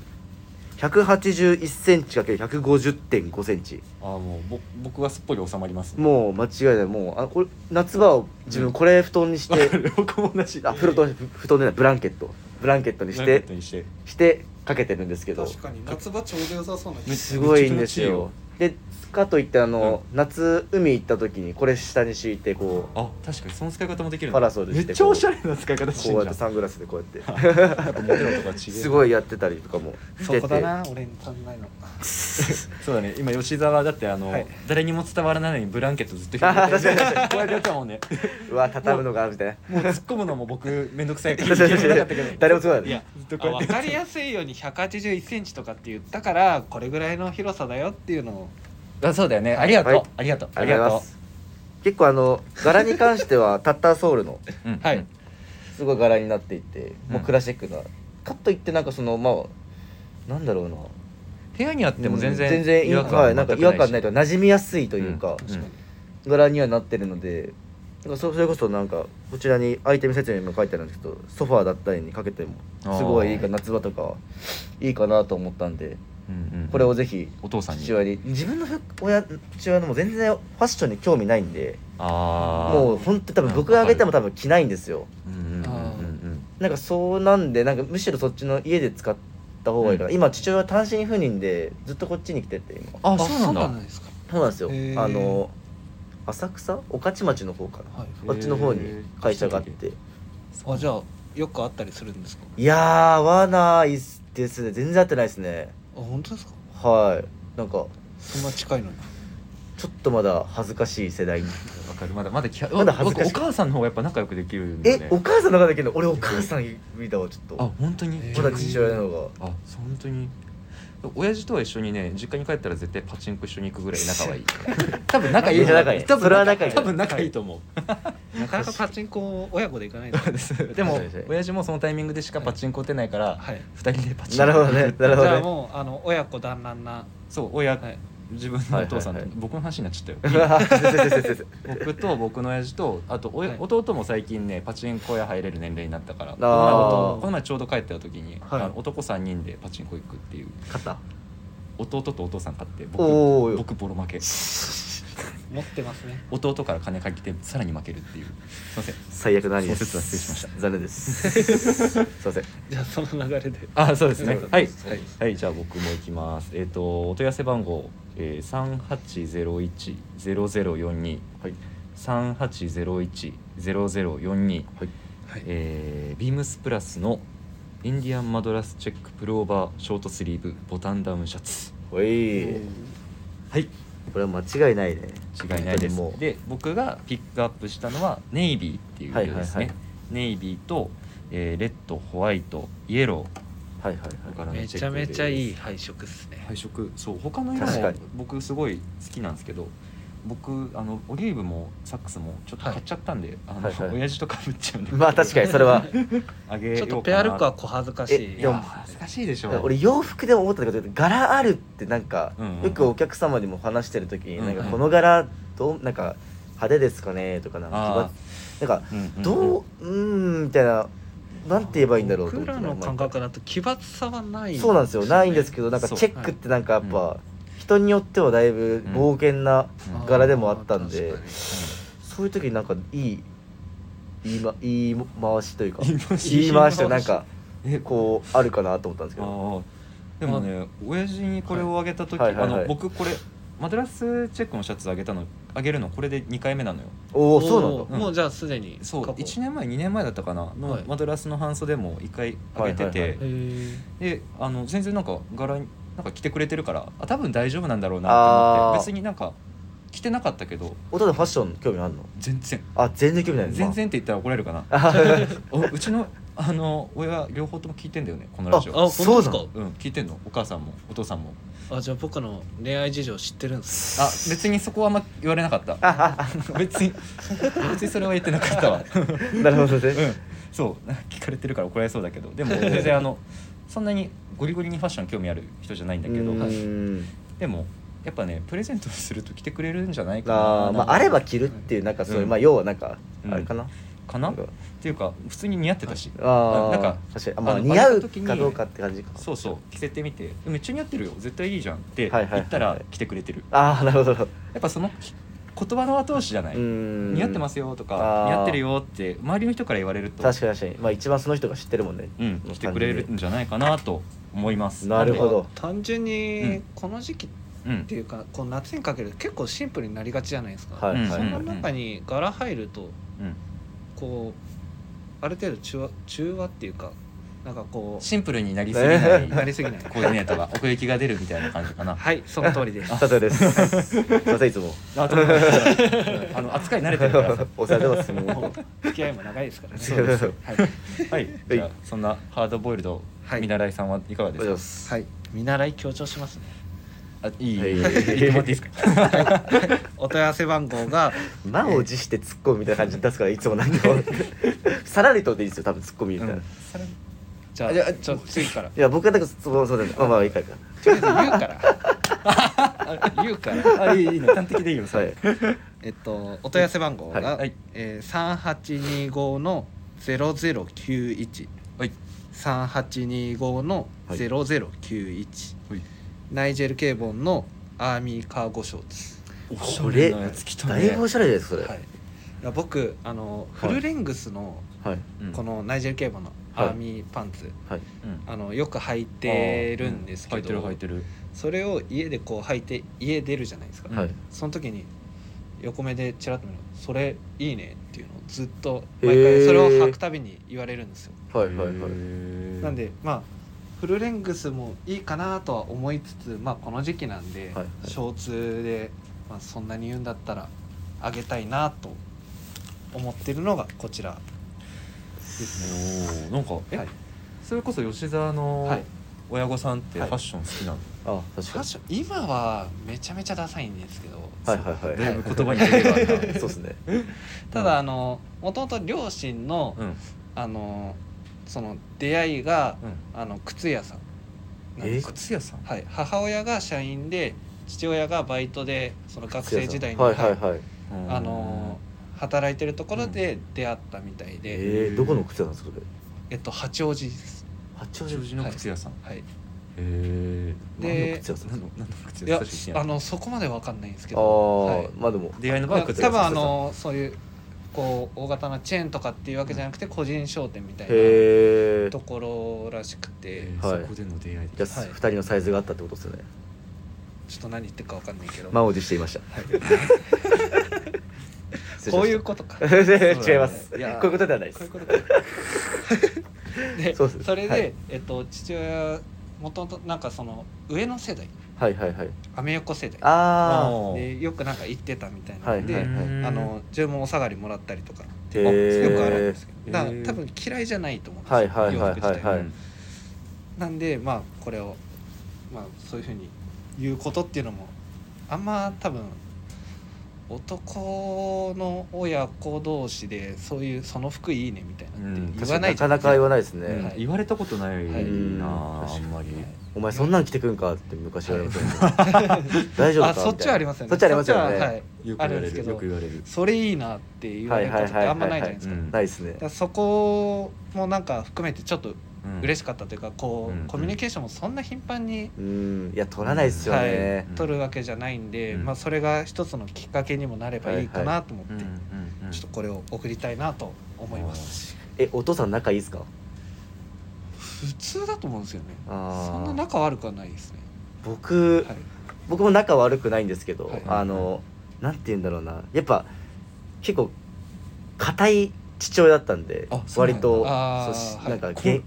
[SPEAKER 1] 181センチ ×150.5 センチ
[SPEAKER 3] ああもうぼ僕はすっぽり収まります
[SPEAKER 1] もう間違いないもうあこれ夏場を自分これ布団にし
[SPEAKER 3] わ
[SPEAKER 1] て、
[SPEAKER 3] か る僕も同じ
[SPEAKER 1] あ布団布団でないブランケットブランケットにし
[SPEAKER 3] ブラ
[SPEAKER 1] て
[SPEAKER 3] ンケットにして
[SPEAKER 1] してかけてるんですけど
[SPEAKER 2] 確かに夏場ちょうど良さそうな
[SPEAKER 3] め
[SPEAKER 2] 気
[SPEAKER 3] っ
[SPEAKER 2] が
[SPEAKER 3] ち
[SPEAKER 1] すごいんですよ
[SPEAKER 3] めっちゃ気持ちいいよ
[SPEAKER 1] でかといってあの、夏海行った時にこれ下に敷いてこう
[SPEAKER 3] あ確かにその使い方もできる
[SPEAKER 1] パラソル
[SPEAKER 3] め
[SPEAKER 1] し
[SPEAKER 3] ってちゃおしゃれな使い方して
[SPEAKER 1] こう
[SPEAKER 3] る
[SPEAKER 1] やっ
[SPEAKER 3] じ
[SPEAKER 1] てサ
[SPEAKER 3] ゃん
[SPEAKER 1] ングラスでこうやって
[SPEAKER 3] なんかモテるとか違う
[SPEAKER 1] すごいやってたりとかもして
[SPEAKER 2] そ
[SPEAKER 1] て
[SPEAKER 2] こだな俺に足んないの
[SPEAKER 3] そうだね今吉沢だってあの、
[SPEAKER 2] はい
[SPEAKER 3] 誰にも伝わらないのにブランケットずっと広 げてこうやってやってたもんね
[SPEAKER 1] うわ畳むのがみたいな
[SPEAKER 3] もう突っ込むのも僕めんどくさいから
[SPEAKER 1] 誰もそうだ
[SPEAKER 2] いや
[SPEAKER 1] ね
[SPEAKER 3] ずっと
[SPEAKER 2] あ
[SPEAKER 3] こうやって
[SPEAKER 2] 分かりやすいように1 8 1ンチとかって言ったからこれぐらいの広さだよっていうのを
[SPEAKER 3] あそうだよねありがとう、
[SPEAKER 1] はい
[SPEAKER 3] ありがとう
[SPEAKER 1] ありがとうございます結構あの柄に関しては タッターソウルの
[SPEAKER 3] ありがとううん
[SPEAKER 2] はい
[SPEAKER 1] すごい柄になっていてもうクラシックな、かといってなんかそのまあなんだろうな
[SPEAKER 3] 部屋にあっても全然,、
[SPEAKER 1] うん全然違和感,、はい、なんか違和感ないというか馴染みやすいと
[SPEAKER 3] と
[SPEAKER 1] いうか、
[SPEAKER 4] 確かに
[SPEAKER 1] 柄にはなってるのでなんかそそれこそなんかこちらにアイテム説明にも書いてあるんですけどソファーだったりにかけてもすごいいいか夏場とかいいかなと思ったんでこれをぜひ
[SPEAKER 3] お父さんに
[SPEAKER 1] 父親に自分のふ親父親のもう全然ファッションに興味ないんで
[SPEAKER 3] ああ
[SPEAKER 1] もう本当多分僕があげても多分着ないんですよ
[SPEAKER 3] うんうんうんうん
[SPEAKER 1] なんかそうなんでなんかむしろそっちの家で使った方がいいから、
[SPEAKER 3] う
[SPEAKER 1] 今父親は単身赴任でずっとこっちに来てて今
[SPEAKER 3] あそうなんだ
[SPEAKER 2] ですか
[SPEAKER 1] そうなんですよ
[SPEAKER 2] へー
[SPEAKER 1] あの浅草御徒町の方かな
[SPEAKER 2] はい
[SPEAKER 1] こっちの方に会社があって
[SPEAKER 2] あじゃあよくあったりするんですか
[SPEAKER 1] いやー合わないですね全然合ってないですね
[SPEAKER 2] あ本当ですか
[SPEAKER 1] はいなんか
[SPEAKER 2] そんな近いのに
[SPEAKER 1] ちょっとまだ恥ずかしい世代に
[SPEAKER 3] わかるまだまだきゃ
[SPEAKER 1] まだ恥ずかしい
[SPEAKER 3] お母さんの方がやっぱ仲良くできるんだよ
[SPEAKER 1] え
[SPEAKER 3] ね
[SPEAKER 1] お母さんの方できるの俺お母さん見たわちょっ
[SPEAKER 3] あ
[SPEAKER 1] と
[SPEAKER 3] 本当に
[SPEAKER 2] え
[SPEAKER 1] まだ父親の方が
[SPEAKER 3] あそう本当に親父とは一緒にね実家に帰ったら絶対パチンコ一緒に行くぐらい仲はい い多分仲いい
[SPEAKER 1] めっちゃ仲いい
[SPEAKER 3] 多分
[SPEAKER 1] それは仲いい
[SPEAKER 3] 多分仲いいと思う、
[SPEAKER 2] なかなかパチンコ親子で行かないです
[SPEAKER 3] でも
[SPEAKER 1] そうですね
[SPEAKER 3] 親父もそのタイミングでしかパチンコ打てないから
[SPEAKER 2] はい
[SPEAKER 3] 二人でパチンコ
[SPEAKER 1] なるほどねな
[SPEAKER 2] じ
[SPEAKER 1] るほ
[SPEAKER 2] ゃ
[SPEAKER 1] ど
[SPEAKER 2] あ
[SPEAKER 1] ね
[SPEAKER 2] もうあの親子団らんな
[SPEAKER 3] そう親、
[SPEAKER 2] はい
[SPEAKER 3] 自分のお父さんと、
[SPEAKER 1] はいはいはい
[SPEAKER 3] 僕の話になっちゃったよ
[SPEAKER 1] うわ先生先生先生
[SPEAKER 3] 僕と僕の親父とあとおや、
[SPEAKER 2] はい
[SPEAKER 3] 弟も最近ねパチンコ屋入れる年齢になったからこの前
[SPEAKER 1] あー
[SPEAKER 3] 弟この前ちょうど帰った時に、
[SPEAKER 2] はい
[SPEAKER 3] あの男3人でパチンコ行くっていう
[SPEAKER 1] 肩
[SPEAKER 3] 弟とお父さん買って
[SPEAKER 1] おー
[SPEAKER 3] 僕
[SPEAKER 1] よ
[SPEAKER 3] 僕ボロ負け
[SPEAKER 2] 持ってますね
[SPEAKER 3] 弟から金借りてさらに負けるっていうすいません
[SPEAKER 1] 最悪なりです
[SPEAKER 3] その説は失礼しました
[SPEAKER 1] 残念です すいません
[SPEAKER 2] じゃあその流れで
[SPEAKER 3] あそうですねはい
[SPEAKER 2] はい
[SPEAKER 3] はいじゃあ僕も行きますえっ、とお問い合わせ番号、えー、3801-0042
[SPEAKER 1] はい
[SPEAKER 3] 三八ゼロ一ゼロゼロ四二
[SPEAKER 1] はい
[SPEAKER 3] えービームスプラスのインディアンマドラスチェックプルオーバーショートスリーブボタンダウンシャツ
[SPEAKER 1] おい
[SPEAKER 3] はい
[SPEAKER 1] これは間違いないね
[SPEAKER 3] 違いないです
[SPEAKER 1] 本当にもう
[SPEAKER 3] で僕がピックアップしたのはネイビーっていう色ですね、
[SPEAKER 1] はいはいはい
[SPEAKER 3] ネイビーと、えーレッドホワイトイエロ
[SPEAKER 1] はいはい
[SPEAKER 3] ー
[SPEAKER 1] は
[SPEAKER 3] からの
[SPEAKER 2] め
[SPEAKER 3] チェ
[SPEAKER 2] ち
[SPEAKER 3] ッ
[SPEAKER 2] ゃ
[SPEAKER 3] クで
[SPEAKER 2] め
[SPEAKER 3] す
[SPEAKER 2] ちゃいい配色ですね
[SPEAKER 3] 配色そう他の色
[SPEAKER 1] 確か
[SPEAKER 3] も
[SPEAKER 1] に
[SPEAKER 3] 僕すごい好きなんですけど僕あのオリーブもサックスもちょっと買っちゃったんで、あの
[SPEAKER 1] はいはい
[SPEAKER 3] 親父とかぶっちゃうんで
[SPEAKER 1] い まあ確かにそれ は
[SPEAKER 3] あげよう
[SPEAKER 2] ちょ
[SPEAKER 3] か
[SPEAKER 2] っ
[SPEAKER 3] な
[SPEAKER 2] とペアルックは小恥ずかし
[SPEAKER 1] え
[SPEAKER 2] い
[SPEAKER 3] い
[SPEAKER 1] い
[SPEAKER 3] や
[SPEAKER 1] や
[SPEAKER 3] 恥ずかしいでしょ
[SPEAKER 1] 俺洋服でも思ったんだけど柄あるってなんか、
[SPEAKER 3] うんうんうん
[SPEAKER 1] よくお客様にも話してる時に、
[SPEAKER 3] うんうん
[SPEAKER 1] なんかこの柄どうなんか派手ですかねとかなん
[SPEAKER 3] あ
[SPEAKER 1] か奇抜なんか
[SPEAKER 3] うんうんうん
[SPEAKER 1] どううーんみたいななんて言えばいいんだろうと思
[SPEAKER 2] 僕
[SPEAKER 1] って
[SPEAKER 2] らの感覚だと奇抜さはない
[SPEAKER 1] そうなんですよないんですけどなんか
[SPEAKER 3] そう
[SPEAKER 1] チェックってなんかやっぱ、人によってはだいぶ冒険な
[SPEAKER 3] うん
[SPEAKER 1] 柄でもあったんで、
[SPEAKER 2] あー確かに
[SPEAKER 1] そういう時になんかいい言い,、ま、言い回しというか
[SPEAKER 3] 言い回し
[SPEAKER 1] 言い回しとなんか
[SPEAKER 3] えこ
[SPEAKER 1] こうあるかなと思ったんですけど
[SPEAKER 3] ああでもね親父にこれをあげた時、
[SPEAKER 1] はいはいはい
[SPEAKER 3] あの僕これマドラスチェックのシャツあげたのあげるのこれで2回目なのよ
[SPEAKER 1] おおそうなんだ
[SPEAKER 2] ももうじゃあすでに
[SPEAKER 3] そう
[SPEAKER 2] 過去
[SPEAKER 3] 1年前2年前だったかなの、
[SPEAKER 2] はい
[SPEAKER 3] マドラスの半袖も1回あげてて、
[SPEAKER 1] はいはい
[SPEAKER 2] へー
[SPEAKER 3] であの全然なんか柄になんか着てくれてるからあ多分大丈夫なんだろうなと思
[SPEAKER 1] あ
[SPEAKER 3] っ
[SPEAKER 1] ー
[SPEAKER 3] て別になんか着てなかったけど
[SPEAKER 1] お父さんファッション興味あるの
[SPEAKER 3] 全然
[SPEAKER 1] あ全然興味ないの
[SPEAKER 3] 全然って言ったら怒られるかな
[SPEAKER 1] あ
[SPEAKER 3] おうちのあの親両方とも聞いてんだよねこのラジオ
[SPEAKER 2] あ本当です
[SPEAKER 1] そう
[SPEAKER 2] か
[SPEAKER 3] うん聞いてんのお母さんもお父さんも
[SPEAKER 2] あじゃあ僕の恋愛事情知ってるんです
[SPEAKER 3] あ別にそこはあんま言われなかった
[SPEAKER 1] あ
[SPEAKER 3] 別に別にそれは言ってなか ったわ
[SPEAKER 1] なるほど
[SPEAKER 3] う
[SPEAKER 1] ね
[SPEAKER 3] んそう聞かれてるから怒られそうだけどでも全然あのそんなにゴリゴリにファッション興味ある人じゃないんだけど
[SPEAKER 1] うーん
[SPEAKER 3] でもやっぱねプレゼントすると来てくれるんじゃないかな
[SPEAKER 1] あーまああれば着るっていうなんかそういう、
[SPEAKER 3] うん
[SPEAKER 1] まあ要はなんか
[SPEAKER 3] うん
[SPEAKER 1] あれかな、
[SPEAKER 3] か
[SPEAKER 1] な
[SPEAKER 3] なっ
[SPEAKER 1] んか
[SPEAKER 3] ていうか普通に似合ってたし
[SPEAKER 1] あー
[SPEAKER 3] なんか
[SPEAKER 1] 確かにあ、まあ、
[SPEAKER 3] あの
[SPEAKER 1] 似合
[SPEAKER 3] あげ
[SPEAKER 1] う
[SPEAKER 3] た時に
[SPEAKER 1] かどうかって感じか
[SPEAKER 3] そうそう着せてみてめっちゃ似合ってるよ絶対いいじゃんって
[SPEAKER 1] は
[SPEAKER 3] 言
[SPEAKER 1] いはいはい
[SPEAKER 3] っ
[SPEAKER 1] はい
[SPEAKER 3] たら来てくれてる
[SPEAKER 1] ああなるほど
[SPEAKER 3] やっぱその言葉の後押しじゃない似
[SPEAKER 1] 似
[SPEAKER 3] 合ってますよとか
[SPEAKER 1] あー
[SPEAKER 3] 似合ってるよって周りの人から言われると
[SPEAKER 1] 確かに確かにまあ一番その人が知ってるもんね
[SPEAKER 3] うん、来てくれるんじゃないかなと思います
[SPEAKER 1] なるほど
[SPEAKER 2] 単純
[SPEAKER 3] う
[SPEAKER 2] に
[SPEAKER 3] ん
[SPEAKER 2] この時期っ
[SPEAKER 3] うん
[SPEAKER 2] っていうかこう夏にかけると結構シンプルになりがちじゃないですか、
[SPEAKER 1] はいはい
[SPEAKER 3] うん
[SPEAKER 2] その中に柄入ると
[SPEAKER 3] うん
[SPEAKER 2] こうある程度中和中和っていうかなんかこ
[SPEAKER 3] シンプルになり すぎない
[SPEAKER 2] うなりすぎない
[SPEAKER 3] コーディネートが奥行きが出るみたいな感じかな
[SPEAKER 2] はいその通り です
[SPEAKER 1] 佐藤です。すいませんいつも。
[SPEAKER 3] あとあの扱い慣れてるからさ
[SPEAKER 1] お世話にな ってます。もう
[SPEAKER 2] もう付き合いも長いですからね
[SPEAKER 1] そうです
[SPEAKER 2] はい
[SPEAKER 3] はいじゃあそんなハードボイルド
[SPEAKER 2] はい
[SPEAKER 3] 見習いさんはいかがで
[SPEAKER 1] お
[SPEAKER 3] す
[SPEAKER 1] はようござい
[SPEAKER 3] か
[SPEAKER 1] ます。
[SPEAKER 2] はい見習い強調しますね
[SPEAKER 3] あいい
[SPEAKER 1] はい
[SPEAKER 3] 言ってもらっていいですか
[SPEAKER 2] お問い合わせ番号が
[SPEAKER 1] 満を持して突っ込むみたいな感じで出すからいつもなんかさらりとでいいですよ多分突っ込みみたいな、
[SPEAKER 3] うん
[SPEAKER 1] い
[SPEAKER 2] じゃ
[SPEAKER 1] あじゃあ
[SPEAKER 2] あちょ次から
[SPEAKER 1] や僕はなんかそうそうだねまあまあいいかいいか
[SPEAKER 2] とりあえず言うから あ言うから
[SPEAKER 3] あいいいいの端的でいいよ
[SPEAKER 1] はい
[SPEAKER 2] えっとお問い合わせ番号が、
[SPEAKER 3] はい
[SPEAKER 2] えー、3825の0091
[SPEAKER 3] はい
[SPEAKER 2] 3825の0091、
[SPEAKER 3] はい
[SPEAKER 2] ナイジェル・ケーボンのアーミーカーゴショーツ、
[SPEAKER 3] お
[SPEAKER 1] しゃれ
[SPEAKER 3] なやつ来た
[SPEAKER 1] だ
[SPEAKER 3] ね
[SPEAKER 1] いぶおしゃれじゃないですかそれ
[SPEAKER 2] はい、いや僕あのフルレングスの
[SPEAKER 1] はい
[SPEAKER 3] うん
[SPEAKER 2] このナイジェル・ケーボンのアーミーパンツ、
[SPEAKER 1] はい
[SPEAKER 3] うん
[SPEAKER 2] あのよく履いてるんですけど、
[SPEAKER 3] うん履いてる履いて
[SPEAKER 2] それを家でこう履いて家出るじゃないですか、
[SPEAKER 3] うん
[SPEAKER 1] はい
[SPEAKER 2] その時に横目でちらっと見るそれいいねっていうのをずっと
[SPEAKER 1] へー
[SPEAKER 2] 毎回それを履くたびに言われるんですよ、
[SPEAKER 1] はい
[SPEAKER 3] る
[SPEAKER 1] はいはい
[SPEAKER 3] い
[SPEAKER 2] なんでまあフルレングスもいいかなとは思いつつまあこの時期なんで、
[SPEAKER 1] はいはい
[SPEAKER 2] ショーツで、まあ、そんなに言うんだったらあげたいなと思ってるのがこちら
[SPEAKER 3] おーなんかえ、
[SPEAKER 2] はい
[SPEAKER 3] それこそ吉沢の
[SPEAKER 2] はい
[SPEAKER 3] 親御さんってフ
[SPEAKER 2] は
[SPEAKER 3] ァ
[SPEAKER 2] い
[SPEAKER 3] ッション好きなの、
[SPEAKER 1] あ確
[SPEAKER 2] フ
[SPEAKER 1] か
[SPEAKER 2] ァッション今はめちゃめちゃダサいんですけど、
[SPEAKER 1] にはいはいはい
[SPEAKER 3] だいぶ言葉に出てるわな、
[SPEAKER 1] はいそうですね
[SPEAKER 2] ただあのもともと両親の、
[SPEAKER 3] うん
[SPEAKER 2] あのその出会いがあの靴屋さんなん
[SPEAKER 1] え
[SPEAKER 2] です
[SPEAKER 3] 靴屋さん
[SPEAKER 2] はい、母親が社員で父親がバイトでその学生時代に、
[SPEAKER 1] はいはい
[SPEAKER 2] はい
[SPEAKER 1] はい
[SPEAKER 2] あのー働いてるところで出会ったみたいで、
[SPEAKER 1] えー、どこの靴なんですかそれ
[SPEAKER 2] えっと八王子です、
[SPEAKER 1] 八王
[SPEAKER 3] 八王
[SPEAKER 1] 子
[SPEAKER 3] 子の靴屋さん、
[SPEAKER 2] はい、
[SPEAKER 3] へ
[SPEAKER 1] 何の
[SPEAKER 2] で
[SPEAKER 1] 靴屋さん
[SPEAKER 3] え
[SPEAKER 1] です
[SPEAKER 3] 何
[SPEAKER 1] か
[SPEAKER 3] の何の靴
[SPEAKER 2] い
[SPEAKER 3] 屋
[SPEAKER 2] や
[SPEAKER 3] さん確かに気にな
[SPEAKER 2] あ
[SPEAKER 3] る
[SPEAKER 2] のそこまでわかんないんですけ
[SPEAKER 1] あ
[SPEAKER 2] ど、
[SPEAKER 1] あ、
[SPEAKER 2] はい、
[SPEAKER 1] まあでも
[SPEAKER 3] 出会いの場
[SPEAKER 2] まあ
[SPEAKER 3] は靴屋さ
[SPEAKER 2] 多
[SPEAKER 3] ん
[SPEAKER 2] 分あのそういうこう大型なチェーンとかっていうわけじゃなくて個人商店みたいな
[SPEAKER 1] へえじ
[SPEAKER 2] ところらしくて
[SPEAKER 3] えー
[SPEAKER 1] はい
[SPEAKER 3] そこでの出会いで
[SPEAKER 1] ゃあ
[SPEAKER 2] はい
[SPEAKER 1] 二人のサイズがあったってことですよね
[SPEAKER 2] ちょっと何言ってるかわかんないけど、
[SPEAKER 1] 満を持していました 失礼しました
[SPEAKER 2] こういうことか
[SPEAKER 1] 違います
[SPEAKER 3] いや
[SPEAKER 1] こういうことではないで
[SPEAKER 2] こう
[SPEAKER 1] す
[SPEAKER 2] いうことか で
[SPEAKER 1] そ
[SPEAKER 2] そう
[SPEAKER 1] です
[SPEAKER 2] れで、
[SPEAKER 1] はい
[SPEAKER 2] えっと、父親もともとなんかその上の世代
[SPEAKER 1] はいはいはい
[SPEAKER 2] アメ横世代
[SPEAKER 1] あ
[SPEAKER 3] おー
[SPEAKER 2] でよくなんか行ってたみたいな
[SPEAKER 1] はい
[SPEAKER 2] ので、
[SPEAKER 1] はい
[SPEAKER 2] あの注文お下がりもらったりとか
[SPEAKER 1] あ
[SPEAKER 3] あへー
[SPEAKER 2] よくあるん
[SPEAKER 1] へ
[SPEAKER 2] ですけ
[SPEAKER 3] へー
[SPEAKER 2] どだから多分嫌いじゃないと思うんです
[SPEAKER 1] はいはいはいはいはい
[SPEAKER 2] 洋服自体
[SPEAKER 1] はい
[SPEAKER 2] なんでまあこれを、まあ、そういうふうに言うことっていうのもあんま多分男の親子同士でそういう「その服いいね」みたいなって言わない
[SPEAKER 1] な
[SPEAKER 2] じ
[SPEAKER 1] か
[SPEAKER 2] ゃない
[SPEAKER 1] なか言わないです
[SPEAKER 3] う
[SPEAKER 1] ね
[SPEAKER 3] ん
[SPEAKER 2] はい
[SPEAKER 3] 言われたことないな
[SPEAKER 2] はい
[SPEAKER 3] あ
[SPEAKER 1] うん
[SPEAKER 3] あんまり
[SPEAKER 1] お前そんなん着てくんかって昔言われましたね大丈夫か
[SPEAKER 2] あそっちはありますよね
[SPEAKER 1] そっちありますよ
[SPEAKER 2] そっちはは
[SPEAKER 1] ね
[SPEAKER 2] い、
[SPEAKER 3] よく言わ
[SPEAKER 2] あるん
[SPEAKER 3] れ
[SPEAKER 2] ですけ
[SPEAKER 3] る
[SPEAKER 2] ど
[SPEAKER 3] よく言われる
[SPEAKER 2] それいいなって言われることってあんまないじゃないですか,、
[SPEAKER 3] はいはいはいはいうん
[SPEAKER 1] ないですね
[SPEAKER 2] だからそこもなんか含めてちょっと嬉しかったというかこう、
[SPEAKER 3] うん
[SPEAKER 2] コミュニケーションもそんな頻繁に
[SPEAKER 1] うんいや取らないですよね
[SPEAKER 3] うん
[SPEAKER 2] 取るわけじゃないんで、
[SPEAKER 3] うん
[SPEAKER 2] まあ、それが一つのきっかけにもなればいいかなと思って、
[SPEAKER 3] うんうんうん
[SPEAKER 2] ちょっとこれを送りたいなと思います
[SPEAKER 1] えお父さん仲いいですか
[SPEAKER 2] 普通だと思うんですよね
[SPEAKER 1] あー
[SPEAKER 2] そんな仲悪くはないですね、
[SPEAKER 1] 僕
[SPEAKER 2] はい、
[SPEAKER 1] 僕も仲悪くないんですけど
[SPEAKER 2] はい
[SPEAKER 1] あのなんて言うんだろうなやっぱ結構硬い父親だったんで
[SPEAKER 3] あそう
[SPEAKER 1] 割
[SPEAKER 3] なんだ
[SPEAKER 1] と
[SPEAKER 2] あ
[SPEAKER 1] そ
[SPEAKER 2] ー
[SPEAKER 1] うし
[SPEAKER 2] はい
[SPEAKER 1] なんか
[SPEAKER 3] こ
[SPEAKER 1] げ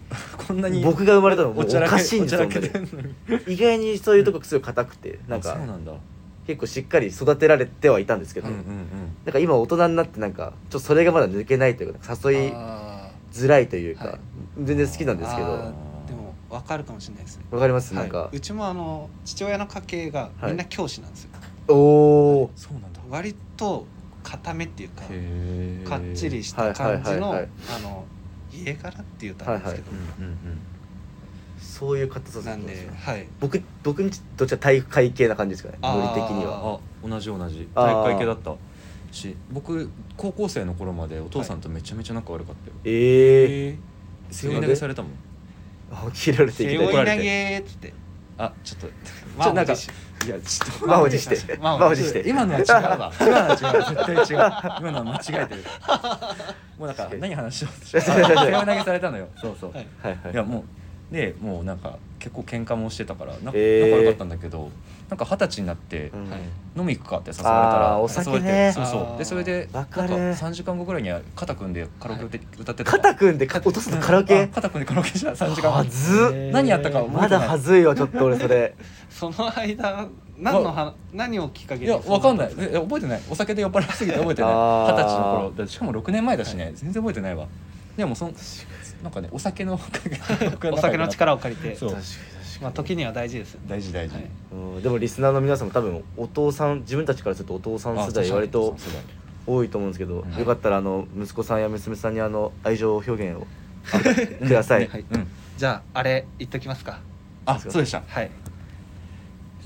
[SPEAKER 3] こんなに
[SPEAKER 1] 僕が生まれたのもう
[SPEAKER 3] おちゃら
[SPEAKER 1] お
[SPEAKER 3] け
[SPEAKER 1] かしいんですよ
[SPEAKER 3] おちゃらけてんのに
[SPEAKER 1] 本当に意外にそういうとこすごい硬くてなん
[SPEAKER 3] あそう
[SPEAKER 1] か
[SPEAKER 3] なんだ
[SPEAKER 1] 結構しっかり育てられてはいたんですけど、
[SPEAKER 3] うんうんうん
[SPEAKER 1] なんか今大人になってなんかちょっとそれがまだ抜けないというかなんか誘い
[SPEAKER 2] あ
[SPEAKER 1] づらいというか、
[SPEAKER 2] はい
[SPEAKER 1] 全然好きなんですけど
[SPEAKER 2] あ
[SPEAKER 1] わ
[SPEAKER 2] ーーでも分かるかもしれないですね
[SPEAKER 1] かりますな
[SPEAKER 2] は
[SPEAKER 1] ん
[SPEAKER 2] い
[SPEAKER 1] か、、
[SPEAKER 2] うちもあの父親の家系がみんな教師なんですよ、
[SPEAKER 1] おお
[SPEAKER 3] そうなんだ
[SPEAKER 2] 割と固めっていうか
[SPEAKER 3] へー
[SPEAKER 2] かっちりした感じの、
[SPEAKER 1] はいはいはいはい
[SPEAKER 2] あの家柄って言ったらあれですけど、
[SPEAKER 3] うんうん
[SPEAKER 1] そういう方そうそう
[SPEAKER 2] なんで、はい、
[SPEAKER 1] 僕僕にどっちか体育会系な感じですかね
[SPEAKER 2] あ
[SPEAKER 1] ノ
[SPEAKER 2] ー
[SPEAKER 1] リ的には
[SPEAKER 3] あ同じ同じ
[SPEAKER 1] あー
[SPEAKER 3] 体育会系だったし僕高校生の頃までお父さんとめちゃめちゃ仲悪かったよ、
[SPEAKER 1] ええ
[SPEAKER 2] え
[SPEAKER 3] 背負い投げされたもん
[SPEAKER 1] ー、切られてい
[SPEAKER 2] 背
[SPEAKER 1] き
[SPEAKER 2] 負い
[SPEAKER 1] な
[SPEAKER 2] 投
[SPEAKER 1] り
[SPEAKER 2] げっつって
[SPEAKER 3] あちょっと
[SPEAKER 2] まあ
[SPEAKER 3] なんか
[SPEAKER 2] おじし
[SPEAKER 3] いやちょっと
[SPEAKER 1] 満を持して
[SPEAKER 2] 満
[SPEAKER 1] 満を
[SPEAKER 2] を持して
[SPEAKER 1] 持して
[SPEAKER 3] 今のは違う わ今のは違う絶対違う今のは間違えてる もうなんか何話しようとして背負い投げされたのよそうそう、
[SPEAKER 2] はい
[SPEAKER 3] い、
[SPEAKER 1] はいはい
[SPEAKER 3] やもうでもうなんか結構喧嘩もしてたからな
[SPEAKER 1] えー
[SPEAKER 3] 仲良かったんだけどなんか二十歳になって
[SPEAKER 1] うん
[SPEAKER 2] はい
[SPEAKER 3] 飲み行くかって誘われた
[SPEAKER 1] あ
[SPEAKER 3] ら
[SPEAKER 1] ーお酒
[SPEAKER 3] 誘われて
[SPEAKER 1] ね
[SPEAKER 3] そうそう
[SPEAKER 2] あー
[SPEAKER 3] でそれでな
[SPEAKER 1] わ
[SPEAKER 3] ん
[SPEAKER 1] か
[SPEAKER 3] か
[SPEAKER 1] る
[SPEAKER 3] 3時間後ぐらいには肩組んでカラオケ歌って歌ってた
[SPEAKER 1] 肩組んでか落とすのカラオ
[SPEAKER 3] あ
[SPEAKER 1] ケ
[SPEAKER 3] 肩組んでカラオケした3時間
[SPEAKER 1] は
[SPEAKER 3] 後
[SPEAKER 1] ずっ
[SPEAKER 3] 何やったか
[SPEAKER 2] えー
[SPEAKER 1] まだはずいわちょっと俺それ
[SPEAKER 2] その間何のは何をきっかけに
[SPEAKER 3] いやわかんない
[SPEAKER 2] そう
[SPEAKER 3] え覚えてないお酒で酔っ払いすぎて覚えてない
[SPEAKER 1] あー
[SPEAKER 3] 二十歳の頃だしかも6年前だしね、全然覚えてないわでもそんなんかねお酒の
[SPEAKER 2] お酒の力
[SPEAKER 3] を
[SPEAKER 2] を借りて
[SPEAKER 3] そう
[SPEAKER 2] まあ時には大事ですよね
[SPEAKER 3] 大事大事、
[SPEAKER 2] はい
[SPEAKER 1] うんでもリスナーの皆さんも多分お父さん自分たちからするとお父さん世代割と
[SPEAKER 3] そうそう
[SPEAKER 1] 多いと思うんですけど、
[SPEAKER 3] はい
[SPEAKER 1] よかったらあの息子さんや娘さんにあの愛情表現を ください、
[SPEAKER 2] はい
[SPEAKER 3] そううん
[SPEAKER 2] じゃああれ言っときますか
[SPEAKER 3] あそうでした
[SPEAKER 2] はい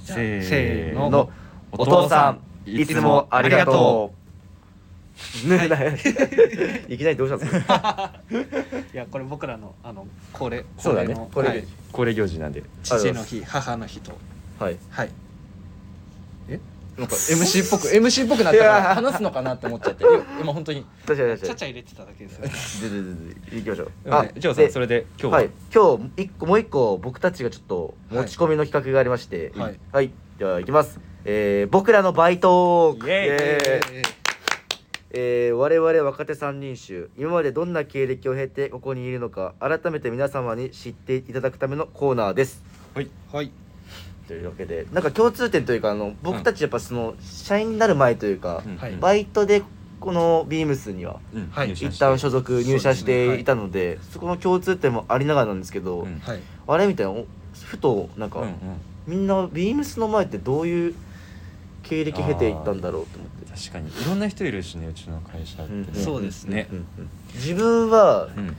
[SPEAKER 3] せ
[SPEAKER 2] せーの
[SPEAKER 1] のお父さんいつもありがとう。 ね、い、きなりどうしたんですか。
[SPEAKER 2] いやこれ僕らのあの恒例
[SPEAKER 3] そうだね
[SPEAKER 2] 恒
[SPEAKER 1] こ
[SPEAKER 2] 例
[SPEAKER 1] れ、
[SPEAKER 2] のはい
[SPEAKER 3] 恒例行事なんで
[SPEAKER 4] 父の日母の日と
[SPEAKER 1] はい。
[SPEAKER 4] はい
[SPEAKER 3] なんか MC っぽく MC っぽくなったから話すのかなって思っちゃっていや今本当に
[SPEAKER 1] 確かに
[SPEAKER 2] ちゃ
[SPEAKER 1] 確
[SPEAKER 2] ち
[SPEAKER 1] か
[SPEAKER 2] ゃ入れてただけですよ
[SPEAKER 1] に。でででで行きましょう。
[SPEAKER 3] ジョーさんそ
[SPEAKER 1] れ
[SPEAKER 3] れで今日は、
[SPEAKER 1] はい。今日一個もう一個僕たちがちょっと持ち込みの企画がありまして、
[SPEAKER 4] はい
[SPEAKER 1] はい。では行きます。えー、僕らのバイトーク
[SPEAKER 3] イエーイ
[SPEAKER 1] イエーイえー我々若手三人衆今までどんな経歴を経てここにいるのか改めて皆様に知っていただくためのコーナーです
[SPEAKER 4] はい
[SPEAKER 1] というわけでなんか共通点というかあの僕たちやっぱその社員になる前というか、
[SPEAKER 3] うん
[SPEAKER 4] はい
[SPEAKER 1] バイトでこのビームスには
[SPEAKER 3] うん
[SPEAKER 4] はい
[SPEAKER 3] 入社して
[SPEAKER 1] 一旦所属入社し
[SPEAKER 4] そうですねは
[SPEAKER 1] て
[SPEAKER 4] い
[SPEAKER 1] いたのでそこの共通点もありながらなんですけど、
[SPEAKER 3] うん
[SPEAKER 4] はい
[SPEAKER 1] あれみたいなおふとなんか、
[SPEAKER 3] うんうん
[SPEAKER 1] みんなビームスの前ってどういう経歴経ていったんだろうと思って、
[SPEAKER 3] 確かにいろんな人いるしねうちの会社って、ね
[SPEAKER 1] うん
[SPEAKER 4] そうですね
[SPEAKER 3] ね
[SPEAKER 1] う、んうん自分は
[SPEAKER 3] うん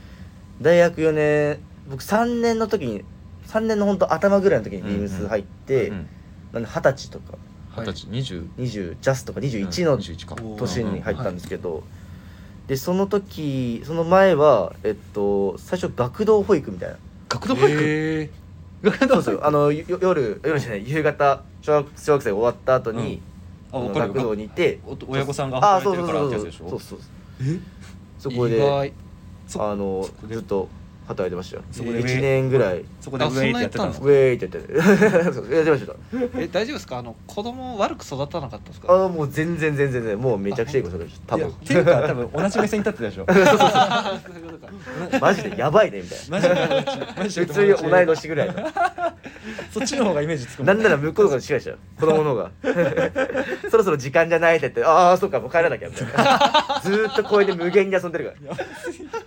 [SPEAKER 1] 大学4年僕3年の時に3年の本当頭ぐらいの時にビームス入って、
[SPEAKER 3] うん
[SPEAKER 1] なんで二十歳とか
[SPEAKER 3] 二十歳二十
[SPEAKER 1] 20ジャスとか21の
[SPEAKER 3] 21か
[SPEAKER 1] 年に入ったんですけど、でその時その前はえっと最初学童保育みたいな
[SPEAKER 3] 学童保育、
[SPEAKER 4] え
[SPEAKER 1] そうですよあのよ夜夜じゃない夕方小学小学生終わった後に、
[SPEAKER 3] あ
[SPEAKER 1] あの
[SPEAKER 3] わかる
[SPEAKER 1] 学童にいて
[SPEAKER 3] お親御さんが
[SPEAKER 1] あ
[SPEAKER 3] 働
[SPEAKER 1] そ
[SPEAKER 3] いうて
[SPEAKER 1] そうそうそ
[SPEAKER 3] るからってやつで
[SPEAKER 1] う
[SPEAKER 3] し
[SPEAKER 1] そう
[SPEAKER 3] ょ
[SPEAKER 1] そうそ
[SPEAKER 4] ー、
[SPEAKER 1] こ
[SPEAKER 4] 意
[SPEAKER 1] で
[SPEAKER 4] 外
[SPEAKER 3] そ
[SPEAKER 1] あの
[SPEAKER 3] そこで
[SPEAKER 1] ずっと働いてましたよ
[SPEAKER 3] そ
[SPEAKER 4] こ
[SPEAKER 1] 1
[SPEAKER 4] で
[SPEAKER 1] 年ぐらい
[SPEAKER 3] そこで
[SPEAKER 4] あ
[SPEAKER 3] ウェイってやってたんで
[SPEAKER 4] そ
[SPEAKER 3] す
[SPEAKER 1] ウ
[SPEAKER 3] か
[SPEAKER 1] ェーイって言って そうやってました
[SPEAKER 2] え大丈夫ですかあの子供悪く育たなかったですか
[SPEAKER 1] あもう全然全然全然もうめちゃくちゃいいことだ多
[SPEAKER 3] いや
[SPEAKER 1] 分
[SPEAKER 3] っていうか多分同じ目線に立ってたでし ょ
[SPEAKER 2] そういうことか
[SPEAKER 1] マジでやばいねみたいな
[SPEAKER 3] マジで友達 マジで
[SPEAKER 1] 普
[SPEAKER 3] 友
[SPEAKER 1] 通
[SPEAKER 3] 達
[SPEAKER 1] に同い年ぐらいの
[SPEAKER 3] そっちの方がイメージつくもん
[SPEAKER 1] なんなら向こうが近いでしょ子供の方 がそろそろ時間じゃないって言ってああそうかもう帰らなきゃみたい なずーっと公園で無限に遊んでるから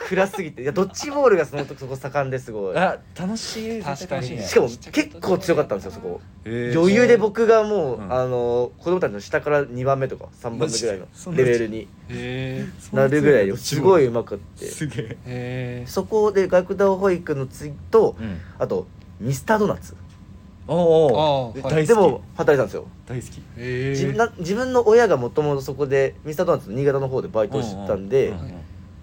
[SPEAKER 1] 暗すぎていやドッジボールがその時そこ盛んですごい
[SPEAKER 3] あ楽しい
[SPEAKER 2] 確かに
[SPEAKER 3] 絶対楽しいね
[SPEAKER 1] しかも結構強かったんですよそこ
[SPEAKER 3] へー
[SPEAKER 1] 余裕で僕がもう、
[SPEAKER 3] うん
[SPEAKER 1] あの子供たちの下から2番目とか3番目ぐらい
[SPEAKER 3] マジでそ
[SPEAKER 1] の
[SPEAKER 3] んな
[SPEAKER 1] レベルに
[SPEAKER 2] へ
[SPEAKER 1] なるぐらいすごい
[SPEAKER 3] いう
[SPEAKER 1] まくって
[SPEAKER 3] すげえ
[SPEAKER 2] えへえ
[SPEAKER 1] そこで学童保育の次と
[SPEAKER 3] うん
[SPEAKER 1] あとミスタードーナツ
[SPEAKER 3] おう
[SPEAKER 2] あ
[SPEAKER 3] おう
[SPEAKER 2] ー
[SPEAKER 3] え
[SPEAKER 2] はい
[SPEAKER 3] 大好き
[SPEAKER 1] でも働いてたんですよ
[SPEAKER 3] 大好き
[SPEAKER 2] へ
[SPEAKER 1] 自分
[SPEAKER 2] え
[SPEAKER 1] な自分の親がもともとそこでミスタードーナツの新潟の方でバイトをしてたんで、
[SPEAKER 3] ううううん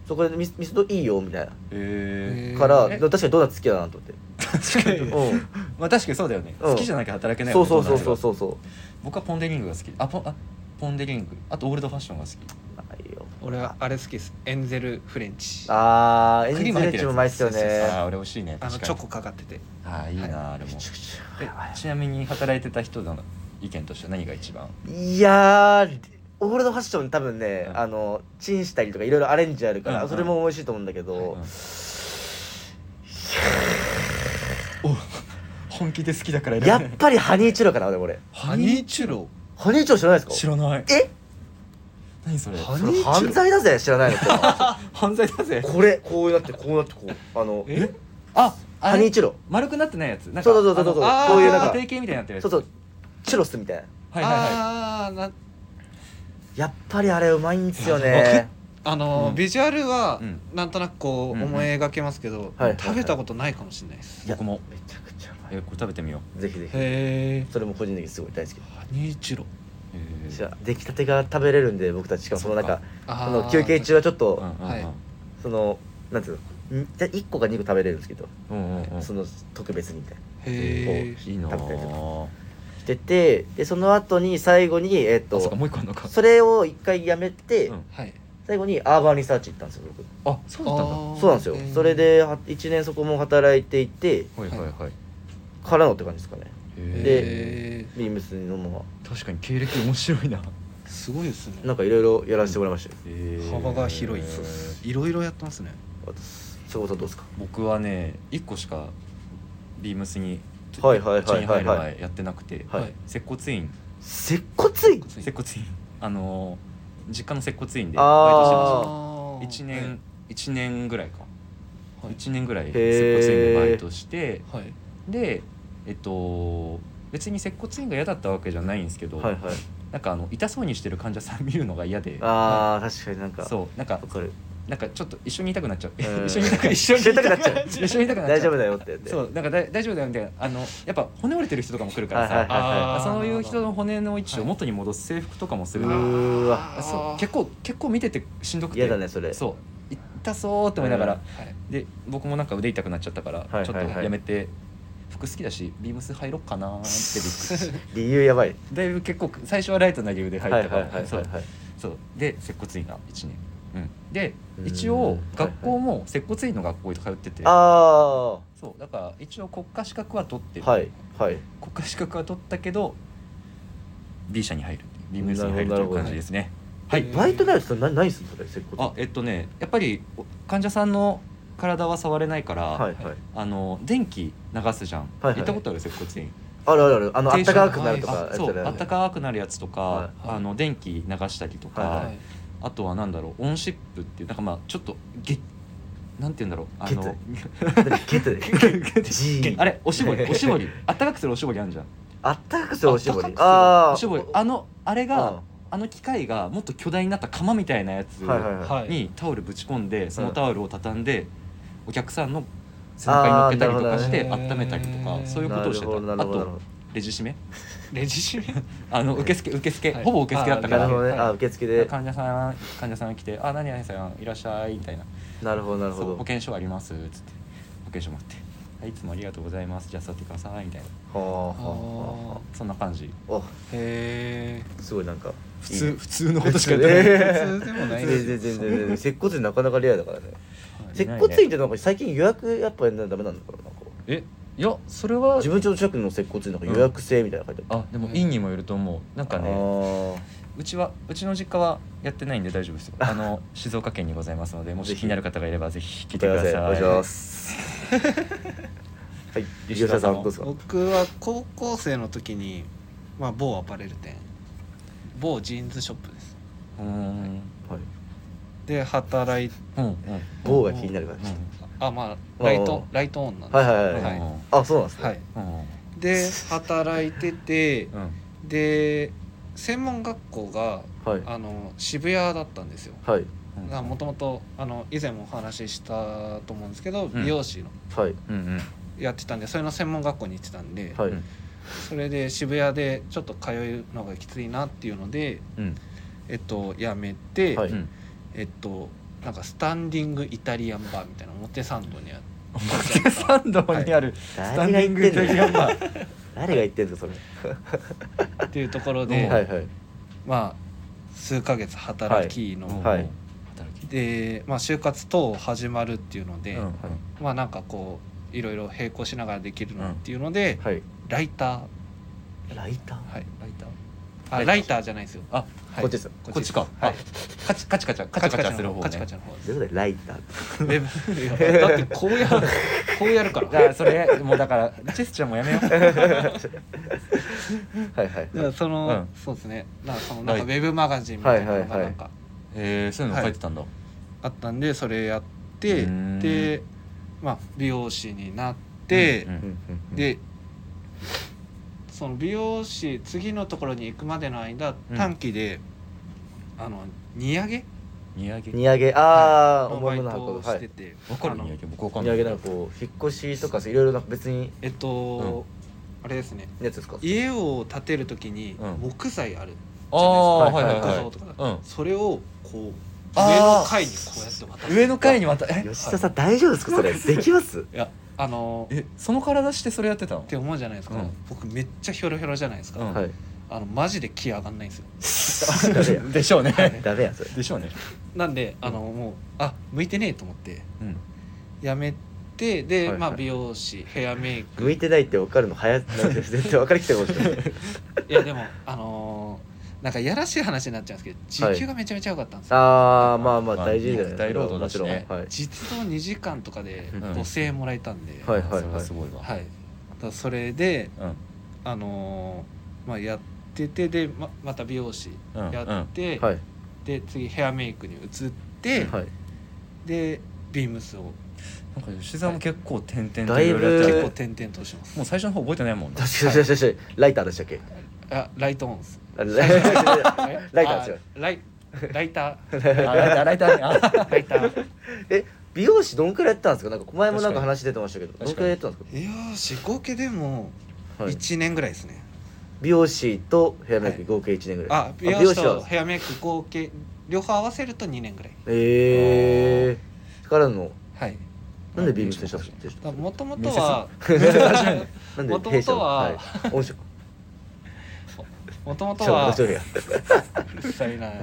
[SPEAKER 1] そこでミスミスドいいよみたいな、
[SPEAKER 3] へえ
[SPEAKER 1] から確
[SPEAKER 2] え
[SPEAKER 1] かにドーナツ好きだなと思って、
[SPEAKER 3] 確かに
[SPEAKER 1] うん
[SPEAKER 3] まあ確かにそうだよね
[SPEAKER 1] うん
[SPEAKER 3] 好きじゃなきゃ働けない
[SPEAKER 1] そ
[SPEAKER 3] も
[SPEAKER 1] うんそうそうそ
[SPEAKER 3] ドーナ
[SPEAKER 1] う
[SPEAKER 3] ツが
[SPEAKER 1] そうそう
[SPEAKER 3] 僕はポン・デ・リングが好きあポンあポン・デ・リングあとオールドファッションが好き
[SPEAKER 1] ないよ
[SPEAKER 2] 俺はあれ好きですエンゼルフレンチあ
[SPEAKER 1] あーエン
[SPEAKER 3] ク
[SPEAKER 1] ジ
[SPEAKER 3] リ
[SPEAKER 1] ン
[SPEAKER 3] ーム
[SPEAKER 1] レ
[SPEAKER 3] 入っ
[SPEAKER 1] ッ
[SPEAKER 3] て
[SPEAKER 1] ジ
[SPEAKER 3] る
[SPEAKER 1] も
[SPEAKER 3] やつ
[SPEAKER 1] うまいっすよね
[SPEAKER 3] あーあれ美味しいね
[SPEAKER 2] の
[SPEAKER 3] 確か
[SPEAKER 2] チ
[SPEAKER 3] に
[SPEAKER 2] ョコかかってて
[SPEAKER 3] あーいいなあれもえ
[SPEAKER 1] は
[SPEAKER 3] ちなみに働いてた人の意見として何が一番
[SPEAKER 1] いいやーオールドファッション多分ね、
[SPEAKER 3] うん
[SPEAKER 1] あのチンしたりとかいろいろアレンジあるから、
[SPEAKER 3] うんうん
[SPEAKER 1] それも美味しいと思うんだけど、
[SPEAKER 3] うんお本気で好きだから
[SPEAKER 1] やっぱりハニーチュロかなでも俺
[SPEAKER 3] ハニーチュロ
[SPEAKER 1] ハニーチュロ知らないです
[SPEAKER 3] 知
[SPEAKER 1] から
[SPEAKER 3] ない
[SPEAKER 1] え
[SPEAKER 3] 何それ
[SPEAKER 4] ハ
[SPEAKER 1] そ
[SPEAKER 4] ニー
[SPEAKER 1] れ
[SPEAKER 4] チュロ
[SPEAKER 1] 犯罪だぜ知らないのこれ
[SPEAKER 3] 犯罪だぜ
[SPEAKER 1] これこうなってこうなってこうあの
[SPEAKER 3] えああ
[SPEAKER 1] ハニー
[SPEAKER 3] れ
[SPEAKER 1] チュロ
[SPEAKER 3] 丸くなってないやつなんか
[SPEAKER 1] そうそうそうそうそう
[SPEAKER 3] あの
[SPEAKER 2] こういう
[SPEAKER 3] あー
[SPEAKER 2] なんか
[SPEAKER 3] 定型みたいになってるやつ
[SPEAKER 1] そうそうチュロスみたいな
[SPEAKER 3] はいはいはい
[SPEAKER 2] ああな
[SPEAKER 1] やっぱりあれうまいんですよね
[SPEAKER 2] あのー
[SPEAKER 3] うん
[SPEAKER 2] ビジュアルは
[SPEAKER 3] うん
[SPEAKER 2] なんとなくこ
[SPEAKER 3] うん
[SPEAKER 2] う
[SPEAKER 3] うん
[SPEAKER 2] 思い描けますけど、
[SPEAKER 1] はいはい
[SPEAKER 2] 食べたことないかもしれないです、
[SPEAKER 1] いや
[SPEAKER 3] 僕も
[SPEAKER 1] めちゃくちゃうまい
[SPEAKER 3] えこれ食べてみよ
[SPEAKER 1] ぜひぜひ
[SPEAKER 2] へ
[SPEAKER 1] それも個人的にすごい大好き
[SPEAKER 2] えハニーチュロ
[SPEAKER 3] うへー
[SPEAKER 1] じゃあ出来たてが食べれるんで僕たちしかもそのなんか
[SPEAKER 2] あ
[SPEAKER 1] そ
[SPEAKER 2] ー
[SPEAKER 1] の休憩中はちょっ
[SPEAKER 3] うん
[SPEAKER 1] と
[SPEAKER 3] うん
[SPEAKER 1] そのなんていうのんじゃあ1個か2個食べれるんですけど
[SPEAKER 3] うんうんうんうん
[SPEAKER 1] その特別にみたいな
[SPEAKER 2] へえ
[SPEAKER 3] いいなあ
[SPEAKER 1] 食べたりと
[SPEAKER 3] あ
[SPEAKER 1] しててでその後に最後にえっ
[SPEAKER 3] そっか
[SPEAKER 1] と
[SPEAKER 3] もう一個あんのか
[SPEAKER 1] それを一回やめて
[SPEAKER 3] うん
[SPEAKER 2] はい
[SPEAKER 1] 最後にアーバンリサーチ行ったんですよ僕
[SPEAKER 3] あそうだったんだ
[SPEAKER 2] あー
[SPEAKER 1] そうなんですよ、
[SPEAKER 2] えー
[SPEAKER 1] それで1年そこも働いていて
[SPEAKER 3] はいはいはい、へ
[SPEAKER 1] からのって感じですかね
[SPEAKER 3] え
[SPEAKER 2] え
[SPEAKER 1] ビームスのま
[SPEAKER 3] 確かに経歴面白いな、
[SPEAKER 2] ーすごいですね
[SPEAKER 1] まなんかいろいろやらせてもらいましたよ、
[SPEAKER 2] 幅が広いですいろいろやってますね
[SPEAKER 1] あとそこさんどうですか
[SPEAKER 3] 僕はね1個しかビームスに
[SPEAKER 1] はいはい
[SPEAKER 3] ちょ
[SPEAKER 1] はい
[SPEAKER 3] に
[SPEAKER 1] は
[SPEAKER 3] 入
[SPEAKER 1] い
[SPEAKER 3] る
[SPEAKER 1] はい
[SPEAKER 3] 前やってなくて
[SPEAKER 1] はい
[SPEAKER 3] 接骨院
[SPEAKER 1] 接骨院
[SPEAKER 3] 接骨院あのー実家の接骨院で
[SPEAKER 1] あー
[SPEAKER 3] バイトしてまし
[SPEAKER 2] あー
[SPEAKER 3] た1年1年ぐらいか
[SPEAKER 2] はい
[SPEAKER 3] 1年ぐらい
[SPEAKER 1] ー
[SPEAKER 3] 接骨院でバイトして
[SPEAKER 2] はいはい
[SPEAKER 3] でえっと別に接骨院が嫌だったわけじゃないんですけど、
[SPEAKER 1] はいはい
[SPEAKER 3] なんかあの痛そうにしてる患者さん見るのが嫌で
[SPEAKER 1] あー確かになんか
[SPEAKER 3] そうなんか
[SPEAKER 1] わかる
[SPEAKER 3] なんかちょっと一緒に痛くなっちゃって、
[SPEAKER 1] うん
[SPEAKER 3] 一緒に痛くなっちゃ
[SPEAKER 1] 一緒に痛くなっちゃう
[SPEAKER 3] う一緒に痛くなっちゃう
[SPEAKER 1] 大丈夫だよって言って
[SPEAKER 3] そうなんかだ大丈夫だよみたいなあのやっぱ骨折れてる人とかも来るからさ、
[SPEAKER 1] はいはいは
[SPEAKER 3] あそういう人
[SPEAKER 2] の
[SPEAKER 3] の骨の位置を元に戻す制服とかもす
[SPEAKER 1] う
[SPEAKER 3] るの、
[SPEAKER 1] ーわ
[SPEAKER 3] あそう結構結構見ててしんどくて
[SPEAKER 1] 嫌だねそれ
[SPEAKER 3] そう痛そうって思いながら、
[SPEAKER 2] はい
[SPEAKER 3] で僕もなんか腕痛くなっちゃったから、
[SPEAKER 1] はい
[SPEAKER 3] ちょっとやめて服好きだしビームス入ろっかなーってびっくり して
[SPEAKER 1] 理由やばい
[SPEAKER 3] だいぶ結構最初はライトな理由で入
[SPEAKER 1] は
[SPEAKER 3] っ
[SPEAKER 1] い
[SPEAKER 3] た
[SPEAKER 1] は
[SPEAKER 3] か
[SPEAKER 1] いはい
[SPEAKER 3] ら、
[SPEAKER 1] はい
[SPEAKER 3] そう
[SPEAKER 1] はい
[SPEAKER 3] そうで接骨院が1年、うん、で
[SPEAKER 1] うん
[SPEAKER 3] 一応学
[SPEAKER 1] は
[SPEAKER 3] 校も接骨院の学校に通ってて、
[SPEAKER 1] あ
[SPEAKER 3] そうだから一応国家資格は取って
[SPEAKER 1] ー
[SPEAKER 3] る、
[SPEAKER 1] はいはい
[SPEAKER 3] 国家資格は取ったけど B 社に入るっていう B ムースに入ると
[SPEAKER 1] ないるほ
[SPEAKER 3] う
[SPEAKER 1] ど
[SPEAKER 3] 感じですね
[SPEAKER 2] な
[SPEAKER 3] は
[SPEAKER 2] るほ
[SPEAKER 3] い
[SPEAKER 2] ど
[SPEAKER 1] バイトになる人な何するんそれ接骨
[SPEAKER 3] あえっとねやっぱりお患者さんの体は触れないから、
[SPEAKER 1] はいはい
[SPEAKER 3] あの電気流すじゃん、
[SPEAKER 1] はいはい
[SPEAKER 3] 行ったことある接骨院
[SPEAKER 1] あるあるあるあのあっ
[SPEAKER 3] 定
[SPEAKER 1] た
[SPEAKER 3] 食
[SPEAKER 1] かくなると
[SPEAKER 2] は
[SPEAKER 1] か
[SPEAKER 3] あそう
[SPEAKER 1] や
[SPEAKER 3] あ
[SPEAKER 1] つ
[SPEAKER 3] っ
[SPEAKER 1] だ
[SPEAKER 3] た
[SPEAKER 1] よね
[SPEAKER 3] かくなるやつとか、
[SPEAKER 1] は
[SPEAKER 2] はい
[SPEAKER 3] あの電気流したりとか、
[SPEAKER 1] はい
[SPEAKER 2] はい
[SPEAKER 3] あとはなんだろうオンシップっていうなんかまあちょっとげなんて言うんだろうあの
[SPEAKER 1] 何ゲッ トで G
[SPEAKER 3] あれおしぼりおしぼりあったかくするおしぼりあるじ ゃん
[SPEAKER 1] あったかくするおしぼり
[SPEAKER 3] あ
[SPEAKER 1] あ
[SPEAKER 3] おしぼりあのあれ
[SPEAKER 1] あ
[SPEAKER 3] が、あの機械がもっと巨大になった釜みたいなやつ
[SPEAKER 1] うんはいはいはい
[SPEAKER 2] はい
[SPEAKER 3] にタオルぶち込んでそのタオルを畳んでお客さんの背中に乗っけたりとかして
[SPEAKER 2] あーなるほどね
[SPEAKER 3] 温めたりとかそういうこ
[SPEAKER 1] な
[SPEAKER 3] とを
[SPEAKER 1] る
[SPEAKER 3] して
[SPEAKER 1] ほどな
[SPEAKER 3] た
[SPEAKER 1] る
[SPEAKER 3] あ
[SPEAKER 1] ほどなる
[SPEAKER 3] と
[SPEAKER 1] ほ
[SPEAKER 3] レジ締め
[SPEAKER 2] レジ締め
[SPEAKER 3] あの受付受付
[SPEAKER 2] はい
[SPEAKER 3] ほぼ受付だった
[SPEAKER 1] ど
[SPEAKER 3] か
[SPEAKER 1] なるほ
[SPEAKER 3] ら
[SPEAKER 1] どね
[SPEAKER 2] はい
[SPEAKER 1] あ受付で
[SPEAKER 3] 患者さん患者さんが来て「あ何々さんいらっしゃい」みたいな
[SPEAKER 1] なるほどなるほ
[SPEAKER 3] そう
[SPEAKER 1] ど
[SPEAKER 3] 保険証あります」っつって保険証持って「はいいつもありがとうございますじゃあ座ってください」みたいな
[SPEAKER 1] はあは
[SPEAKER 3] そんな感じ
[SPEAKER 1] あはあ
[SPEAKER 2] へえ
[SPEAKER 1] あすごいなんか
[SPEAKER 3] 普
[SPEAKER 1] いいね
[SPEAKER 3] 普通の
[SPEAKER 1] え
[SPEAKER 2] 普通でもない
[SPEAKER 1] 全然全然
[SPEAKER 2] ね
[SPEAKER 1] 全然接骨院なかなかレアだからね
[SPEAKER 2] はい
[SPEAKER 1] 接骨院ってなんか最近予約やっぱやんないとダメなんだからなんか
[SPEAKER 3] えいやそれは
[SPEAKER 1] 自分家の近くの接骨院なんか予約制みたいなの書いてある
[SPEAKER 3] あでも院にもよると思うなんかね
[SPEAKER 1] あ
[SPEAKER 3] うちはうちの実家はやってないんで大丈 夫ですよあの静岡県にございますのでも
[SPEAKER 1] ぜ
[SPEAKER 3] し
[SPEAKER 1] ひ
[SPEAKER 3] 気になる方がいればぜひ聞
[SPEAKER 1] 聞
[SPEAKER 3] いてください
[SPEAKER 1] お願いしますはい吉
[SPEAKER 3] 吉
[SPEAKER 1] 田さ
[SPEAKER 3] 田さ
[SPEAKER 1] ん
[SPEAKER 3] ん
[SPEAKER 1] どう
[SPEAKER 3] も
[SPEAKER 1] ですか
[SPEAKER 2] 僕は高校生の時に、まあ、某アパレル店某ジーンズショップです
[SPEAKER 3] うーん
[SPEAKER 1] はい
[SPEAKER 2] で働い
[SPEAKER 3] うんうん
[SPEAKER 1] 某が気になるからちょっ
[SPEAKER 2] あまあライ
[SPEAKER 1] おうおう
[SPEAKER 2] トライトオンなん
[SPEAKER 1] と
[SPEAKER 2] で
[SPEAKER 1] は
[SPEAKER 2] す
[SPEAKER 1] いはいはい
[SPEAKER 3] う
[SPEAKER 1] はい
[SPEAKER 2] は
[SPEAKER 3] ん
[SPEAKER 2] い
[SPEAKER 1] あそうなんです
[SPEAKER 2] は
[SPEAKER 1] ね
[SPEAKER 2] い
[SPEAKER 3] うん
[SPEAKER 2] で働いてて
[SPEAKER 3] うん
[SPEAKER 2] で専門学校が
[SPEAKER 1] はい
[SPEAKER 2] あの渋谷だったんですよ
[SPEAKER 1] はい
[SPEAKER 2] もともと以前もお話ししたと思うんですけど、
[SPEAKER 3] ん
[SPEAKER 2] 美容師の
[SPEAKER 1] はい
[SPEAKER 3] うんうん
[SPEAKER 2] やってたんでそれの専門学校に行ってたんで、
[SPEAKER 1] はい
[SPEAKER 3] うん
[SPEAKER 2] それで渋谷でちょっと通うのがきついなっていうので、
[SPEAKER 3] うん
[SPEAKER 2] えっと、やめて、
[SPEAKER 1] はい
[SPEAKER 3] うん
[SPEAKER 2] えっとなんかスタンディングイタリアンバーみたいな表参道にある
[SPEAKER 3] 表参道にあるスタン
[SPEAKER 1] 誰が言
[SPEAKER 3] ディン
[SPEAKER 1] っ
[SPEAKER 3] グ
[SPEAKER 1] てん
[SPEAKER 3] 的
[SPEAKER 1] の
[SPEAKER 3] なまあ
[SPEAKER 1] 誰が言ってんのそれ
[SPEAKER 2] っていうところ
[SPEAKER 3] う
[SPEAKER 2] で、
[SPEAKER 3] ん
[SPEAKER 1] はいはい
[SPEAKER 2] まあ数ヶ月働きの、
[SPEAKER 1] はい
[SPEAKER 3] 働き
[SPEAKER 2] で、まあ、就活等始まるっていうので、
[SPEAKER 3] うんうん
[SPEAKER 2] まあなんかこういろいろ並行しながらできるのっていうので、
[SPEAKER 1] はい
[SPEAKER 2] ライタ
[SPEAKER 1] ライター
[SPEAKER 2] ー、はい、
[SPEAKER 3] ライター
[SPEAKER 2] あライターじゃないですよ、
[SPEAKER 3] あ
[SPEAKER 2] はい
[SPEAKER 1] こっちですよ
[SPEAKER 3] こっちか
[SPEAKER 2] はい
[SPEAKER 3] あカチカチカチャカチャカチャする方
[SPEAKER 2] カチカ
[SPEAKER 3] ね
[SPEAKER 2] チの方です
[SPEAKER 1] どういうことライターって
[SPEAKER 2] ウェブいやだってこうやるこうやるか
[SPEAKER 3] だ
[SPEAKER 2] ら
[SPEAKER 3] か。らそれもうだ からジェスチャーもやめよう
[SPEAKER 1] はいはい
[SPEAKER 2] だからその、
[SPEAKER 3] うん
[SPEAKER 2] そうですね。なんかそのなんかウ
[SPEAKER 3] は
[SPEAKER 2] ェブマガジンみたいな
[SPEAKER 1] はい
[SPEAKER 2] の
[SPEAKER 1] は
[SPEAKER 2] が
[SPEAKER 1] いはい
[SPEAKER 2] なんか
[SPEAKER 3] へえそういうの書いてたんだ
[SPEAKER 2] あったんでそれやって
[SPEAKER 3] うーん
[SPEAKER 2] でまあ美容師になって、
[SPEAKER 3] うんうん
[SPEAKER 2] でその美容師次のところに行くまでの間
[SPEAKER 3] うん
[SPEAKER 2] 短期で、あの荷上げ
[SPEAKER 3] 荷上げ
[SPEAKER 1] 荷上げああ
[SPEAKER 2] の
[SPEAKER 1] 重
[SPEAKER 2] バ
[SPEAKER 1] い
[SPEAKER 2] イ
[SPEAKER 1] もの運
[SPEAKER 2] ト
[SPEAKER 1] ぶ
[SPEAKER 2] を
[SPEAKER 1] は
[SPEAKER 2] し
[SPEAKER 1] い
[SPEAKER 2] てて、
[SPEAKER 3] わかる
[SPEAKER 2] あの
[SPEAKER 3] 荷上げ僕わか
[SPEAKER 1] お
[SPEAKER 3] ん
[SPEAKER 1] 土
[SPEAKER 3] ない
[SPEAKER 1] 産なんかこう引っ越しとかいろいろなんか別に
[SPEAKER 2] えっと、あれですね
[SPEAKER 1] やつですか
[SPEAKER 2] 家を建てるときに
[SPEAKER 3] うん
[SPEAKER 2] 木材ある、
[SPEAKER 3] ああ
[SPEAKER 1] じ
[SPEAKER 3] は
[SPEAKER 1] ゃ
[SPEAKER 3] い
[SPEAKER 1] な
[SPEAKER 3] は
[SPEAKER 1] です
[SPEAKER 2] 木
[SPEAKER 3] いい
[SPEAKER 2] 造
[SPEAKER 3] は
[SPEAKER 2] とかだ
[SPEAKER 3] い、
[SPEAKER 2] それをこう
[SPEAKER 3] あ
[SPEAKER 2] 上の
[SPEAKER 3] ー
[SPEAKER 2] 階にこうやって渡
[SPEAKER 3] うん、
[SPEAKER 2] す
[SPEAKER 3] 上の階にまたえ
[SPEAKER 1] 吉田さん大丈夫ですかそれできます
[SPEAKER 2] いやあのー
[SPEAKER 3] えその体してそれやってたの
[SPEAKER 2] って思うじゃないですか、
[SPEAKER 3] うん
[SPEAKER 2] 僕めっちゃヒョロヒョロじゃないですか、
[SPEAKER 3] うん
[SPEAKER 1] はい
[SPEAKER 2] あのマジで気上がんないんですよ
[SPEAKER 3] でしょうね
[SPEAKER 1] ダメやそれ
[SPEAKER 3] でしょうね
[SPEAKER 2] なんであのもうあ向いてねえと思って
[SPEAKER 3] うん
[SPEAKER 2] やめてで、
[SPEAKER 1] はい
[SPEAKER 2] まあ
[SPEAKER 1] はい
[SPEAKER 2] 美容師ヘアメイク
[SPEAKER 1] 向いてないって分かるの早いなんて全然分かりきてるかもしれない
[SPEAKER 2] いやでもあのーなんかやらしい話になっちゃうんですけど時給がめちゃめちゃ良かったんですよ、
[SPEAKER 1] ああまあまあ
[SPEAKER 3] まあ
[SPEAKER 1] 大事だよね
[SPEAKER 3] 大労働だしね
[SPEAKER 1] もちろんはい
[SPEAKER 2] 実働2時間とかで
[SPEAKER 1] うん
[SPEAKER 2] 5000円もらえたんで、
[SPEAKER 1] はいはい
[SPEAKER 3] それはすごいわ
[SPEAKER 2] はい、だからそれで
[SPEAKER 3] うん
[SPEAKER 2] あのーまあやっててでままた美容師
[SPEAKER 3] うん
[SPEAKER 2] やって、
[SPEAKER 1] はい
[SPEAKER 2] で次ヘアメイクに移って、
[SPEAKER 1] はい
[SPEAKER 2] でビームスを
[SPEAKER 3] なんか吉沢も結構点々と
[SPEAKER 1] だいぶ
[SPEAKER 3] ろろやって
[SPEAKER 2] 結
[SPEAKER 3] る
[SPEAKER 2] 構転々としてます、
[SPEAKER 3] もう最初の方覚えてないもんね
[SPEAKER 1] 確かに確かに確かにライターでしたっけ
[SPEAKER 2] あライトオンです
[SPEAKER 1] あれライターで
[SPEAKER 2] え
[SPEAKER 1] ライターですよ
[SPEAKER 2] あライライター
[SPEAKER 3] あライターねあ
[SPEAKER 2] ライター
[SPEAKER 1] 美容師どんくらいやってたんですかなんか前もなんか話出てましたけど
[SPEAKER 3] 確か
[SPEAKER 1] ど
[SPEAKER 3] に
[SPEAKER 1] んくらいやってたんです
[SPEAKER 2] いやーし合計でも
[SPEAKER 1] か、はい、
[SPEAKER 2] 1年ぐらいですね、
[SPEAKER 1] 美容師とヘアメイク
[SPEAKER 2] はい
[SPEAKER 1] 合計1年ぐらい、
[SPEAKER 2] あ美容師と
[SPEAKER 1] は
[SPEAKER 2] ヘアメイク合計両方合わせると2年ぐらい
[SPEAKER 1] えー、からの
[SPEAKER 2] はい
[SPEAKER 1] なんでビームスでしたっけ
[SPEAKER 2] もともとは
[SPEAKER 1] なんで
[SPEAKER 2] 元々は
[SPEAKER 1] 弊社のい、御社
[SPEAKER 2] もともと
[SPEAKER 1] 社
[SPEAKER 2] は
[SPEAKER 1] の社長や
[SPEAKER 2] うるさいな
[SPEAKER 1] はい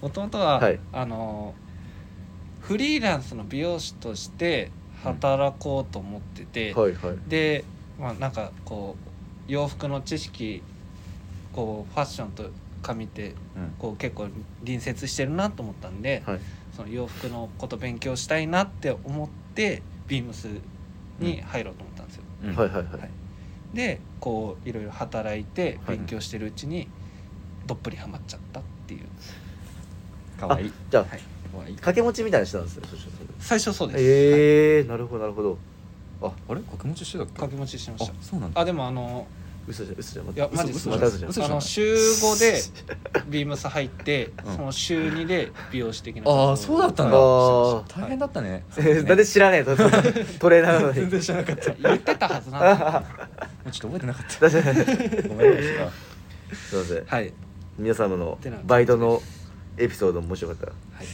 [SPEAKER 2] もともとは、
[SPEAKER 1] はい
[SPEAKER 2] あのフリーランスの美容師として働こうと思ってて、
[SPEAKER 1] はいはい
[SPEAKER 2] で、まあ、なんかこう洋服の知識こうファッションと髪って
[SPEAKER 3] うん
[SPEAKER 2] こう結構隣接してるなと思ったんで、
[SPEAKER 1] はい
[SPEAKER 2] その洋服のこと勉強したいなって思ってビームスに入ろうと思ったんですよ。
[SPEAKER 3] うん
[SPEAKER 1] はいはいはい
[SPEAKER 2] はいでこういろいろ働いて
[SPEAKER 1] はい
[SPEAKER 2] 勉強してるうちにどっぷりハマっちゃったっていう
[SPEAKER 3] かわいい
[SPEAKER 1] じゃあ
[SPEAKER 2] はい
[SPEAKER 3] かわいい
[SPEAKER 1] 掛け持ちみたいにしてたんですねそしたら
[SPEAKER 2] 最初そうです、
[SPEAKER 1] ええーなるほどなるほど
[SPEAKER 3] あれ掛け持ちしてたっけ
[SPEAKER 2] 掛け持ちしてまし
[SPEAKER 3] あ
[SPEAKER 2] た
[SPEAKER 3] そうなんだ
[SPEAKER 2] あでもあの
[SPEAKER 1] 嘘じゃ嘘じゃま
[SPEAKER 2] いやマジ
[SPEAKER 1] 嘘また嘘じゃん
[SPEAKER 3] 嘘
[SPEAKER 2] あの週5でビームス入って、
[SPEAKER 3] うん
[SPEAKER 2] その週2で美容師的な活動
[SPEAKER 3] ああそうだったんだ
[SPEAKER 1] あー
[SPEAKER 3] 大変だったね
[SPEAKER 1] えなんで知らねえのトレーナーなのに
[SPEAKER 3] 全然知らなかったも
[SPEAKER 2] 言ってたはずなんだ
[SPEAKER 1] あ
[SPEAKER 3] うちょっと覚えてなかっ
[SPEAKER 1] あすいま
[SPEAKER 3] たごめんなさい
[SPEAKER 1] せん
[SPEAKER 2] はい、
[SPEAKER 1] 皆様のバイトのエピソードも面白かったら
[SPEAKER 2] はい、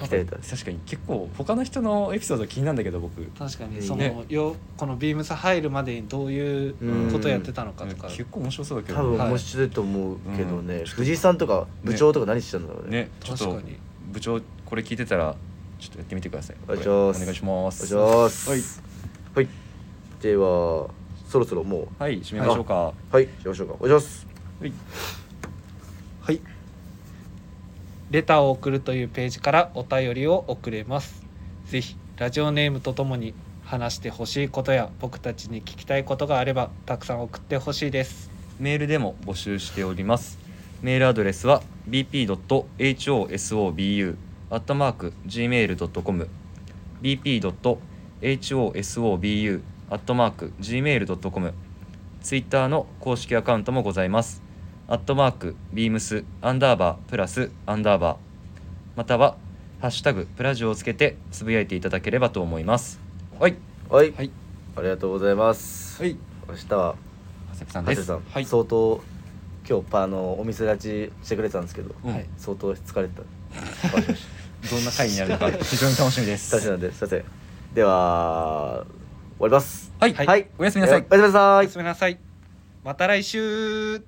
[SPEAKER 1] 聞きたいと
[SPEAKER 3] 確かに結構他の人のエピソード気になるんだけど僕
[SPEAKER 2] 確か
[SPEAKER 1] いい
[SPEAKER 2] に
[SPEAKER 1] ね
[SPEAKER 2] その、よこのビームス入るまでにどういうことやってたのかとか
[SPEAKER 3] 結構面白そうだけ
[SPEAKER 1] 多
[SPEAKER 3] ど
[SPEAKER 1] 分
[SPEAKER 3] ね
[SPEAKER 2] はい
[SPEAKER 1] 面白いと思うけどね、
[SPEAKER 3] うん
[SPEAKER 1] 藤井さんとか部長とか何してたんだろうね
[SPEAKER 3] ねちょっ
[SPEAKER 2] 確
[SPEAKER 3] と
[SPEAKER 2] かに
[SPEAKER 3] 部長これ聞いてたらちょっとやってみてください
[SPEAKER 1] お願いします
[SPEAKER 3] お願いします
[SPEAKER 1] お願いします
[SPEAKER 3] はい
[SPEAKER 1] はいではそろそろも
[SPEAKER 3] はい締めましょうか、
[SPEAKER 1] うはいしましょうかお願いします
[SPEAKER 3] はい
[SPEAKER 2] はい。レターを送るというページからお便りを送れます。ぜひラジオネームとともに話してほしいことや僕たちに聞きたいことがあればたくさん送ってほしいです。
[SPEAKER 3] メールでも募集しておりますメールアドレスは bp.hosobu.gmail.com bp.hosobu.gmail.com ツイッターの公式アカウントもございますアットマークビームスアンダーバープラスアンダーバーまたはハッシュタグプラジオをつけてつぶやいていただければと思いますはい
[SPEAKER 1] はい、
[SPEAKER 2] はい
[SPEAKER 1] ありがとうございます、
[SPEAKER 3] い
[SPEAKER 1] 明日は
[SPEAKER 3] 長谷部さん
[SPEAKER 1] 長
[SPEAKER 3] で
[SPEAKER 1] 谷
[SPEAKER 3] す
[SPEAKER 1] さん、
[SPEAKER 2] はい
[SPEAKER 1] 相当今日パあのお店立ちしてくれてたんですけど
[SPEAKER 3] うん
[SPEAKER 2] はい
[SPEAKER 1] 相当疲れてた
[SPEAKER 3] どんな回になる のか非常に楽しみです
[SPEAKER 1] 久しなんで、すいません。では、終わります。
[SPEAKER 3] はい、
[SPEAKER 1] はい
[SPEAKER 3] おやすみなさい
[SPEAKER 1] おやすみなさ
[SPEAKER 2] お
[SPEAKER 1] い
[SPEAKER 2] やす。みなさい。また来週。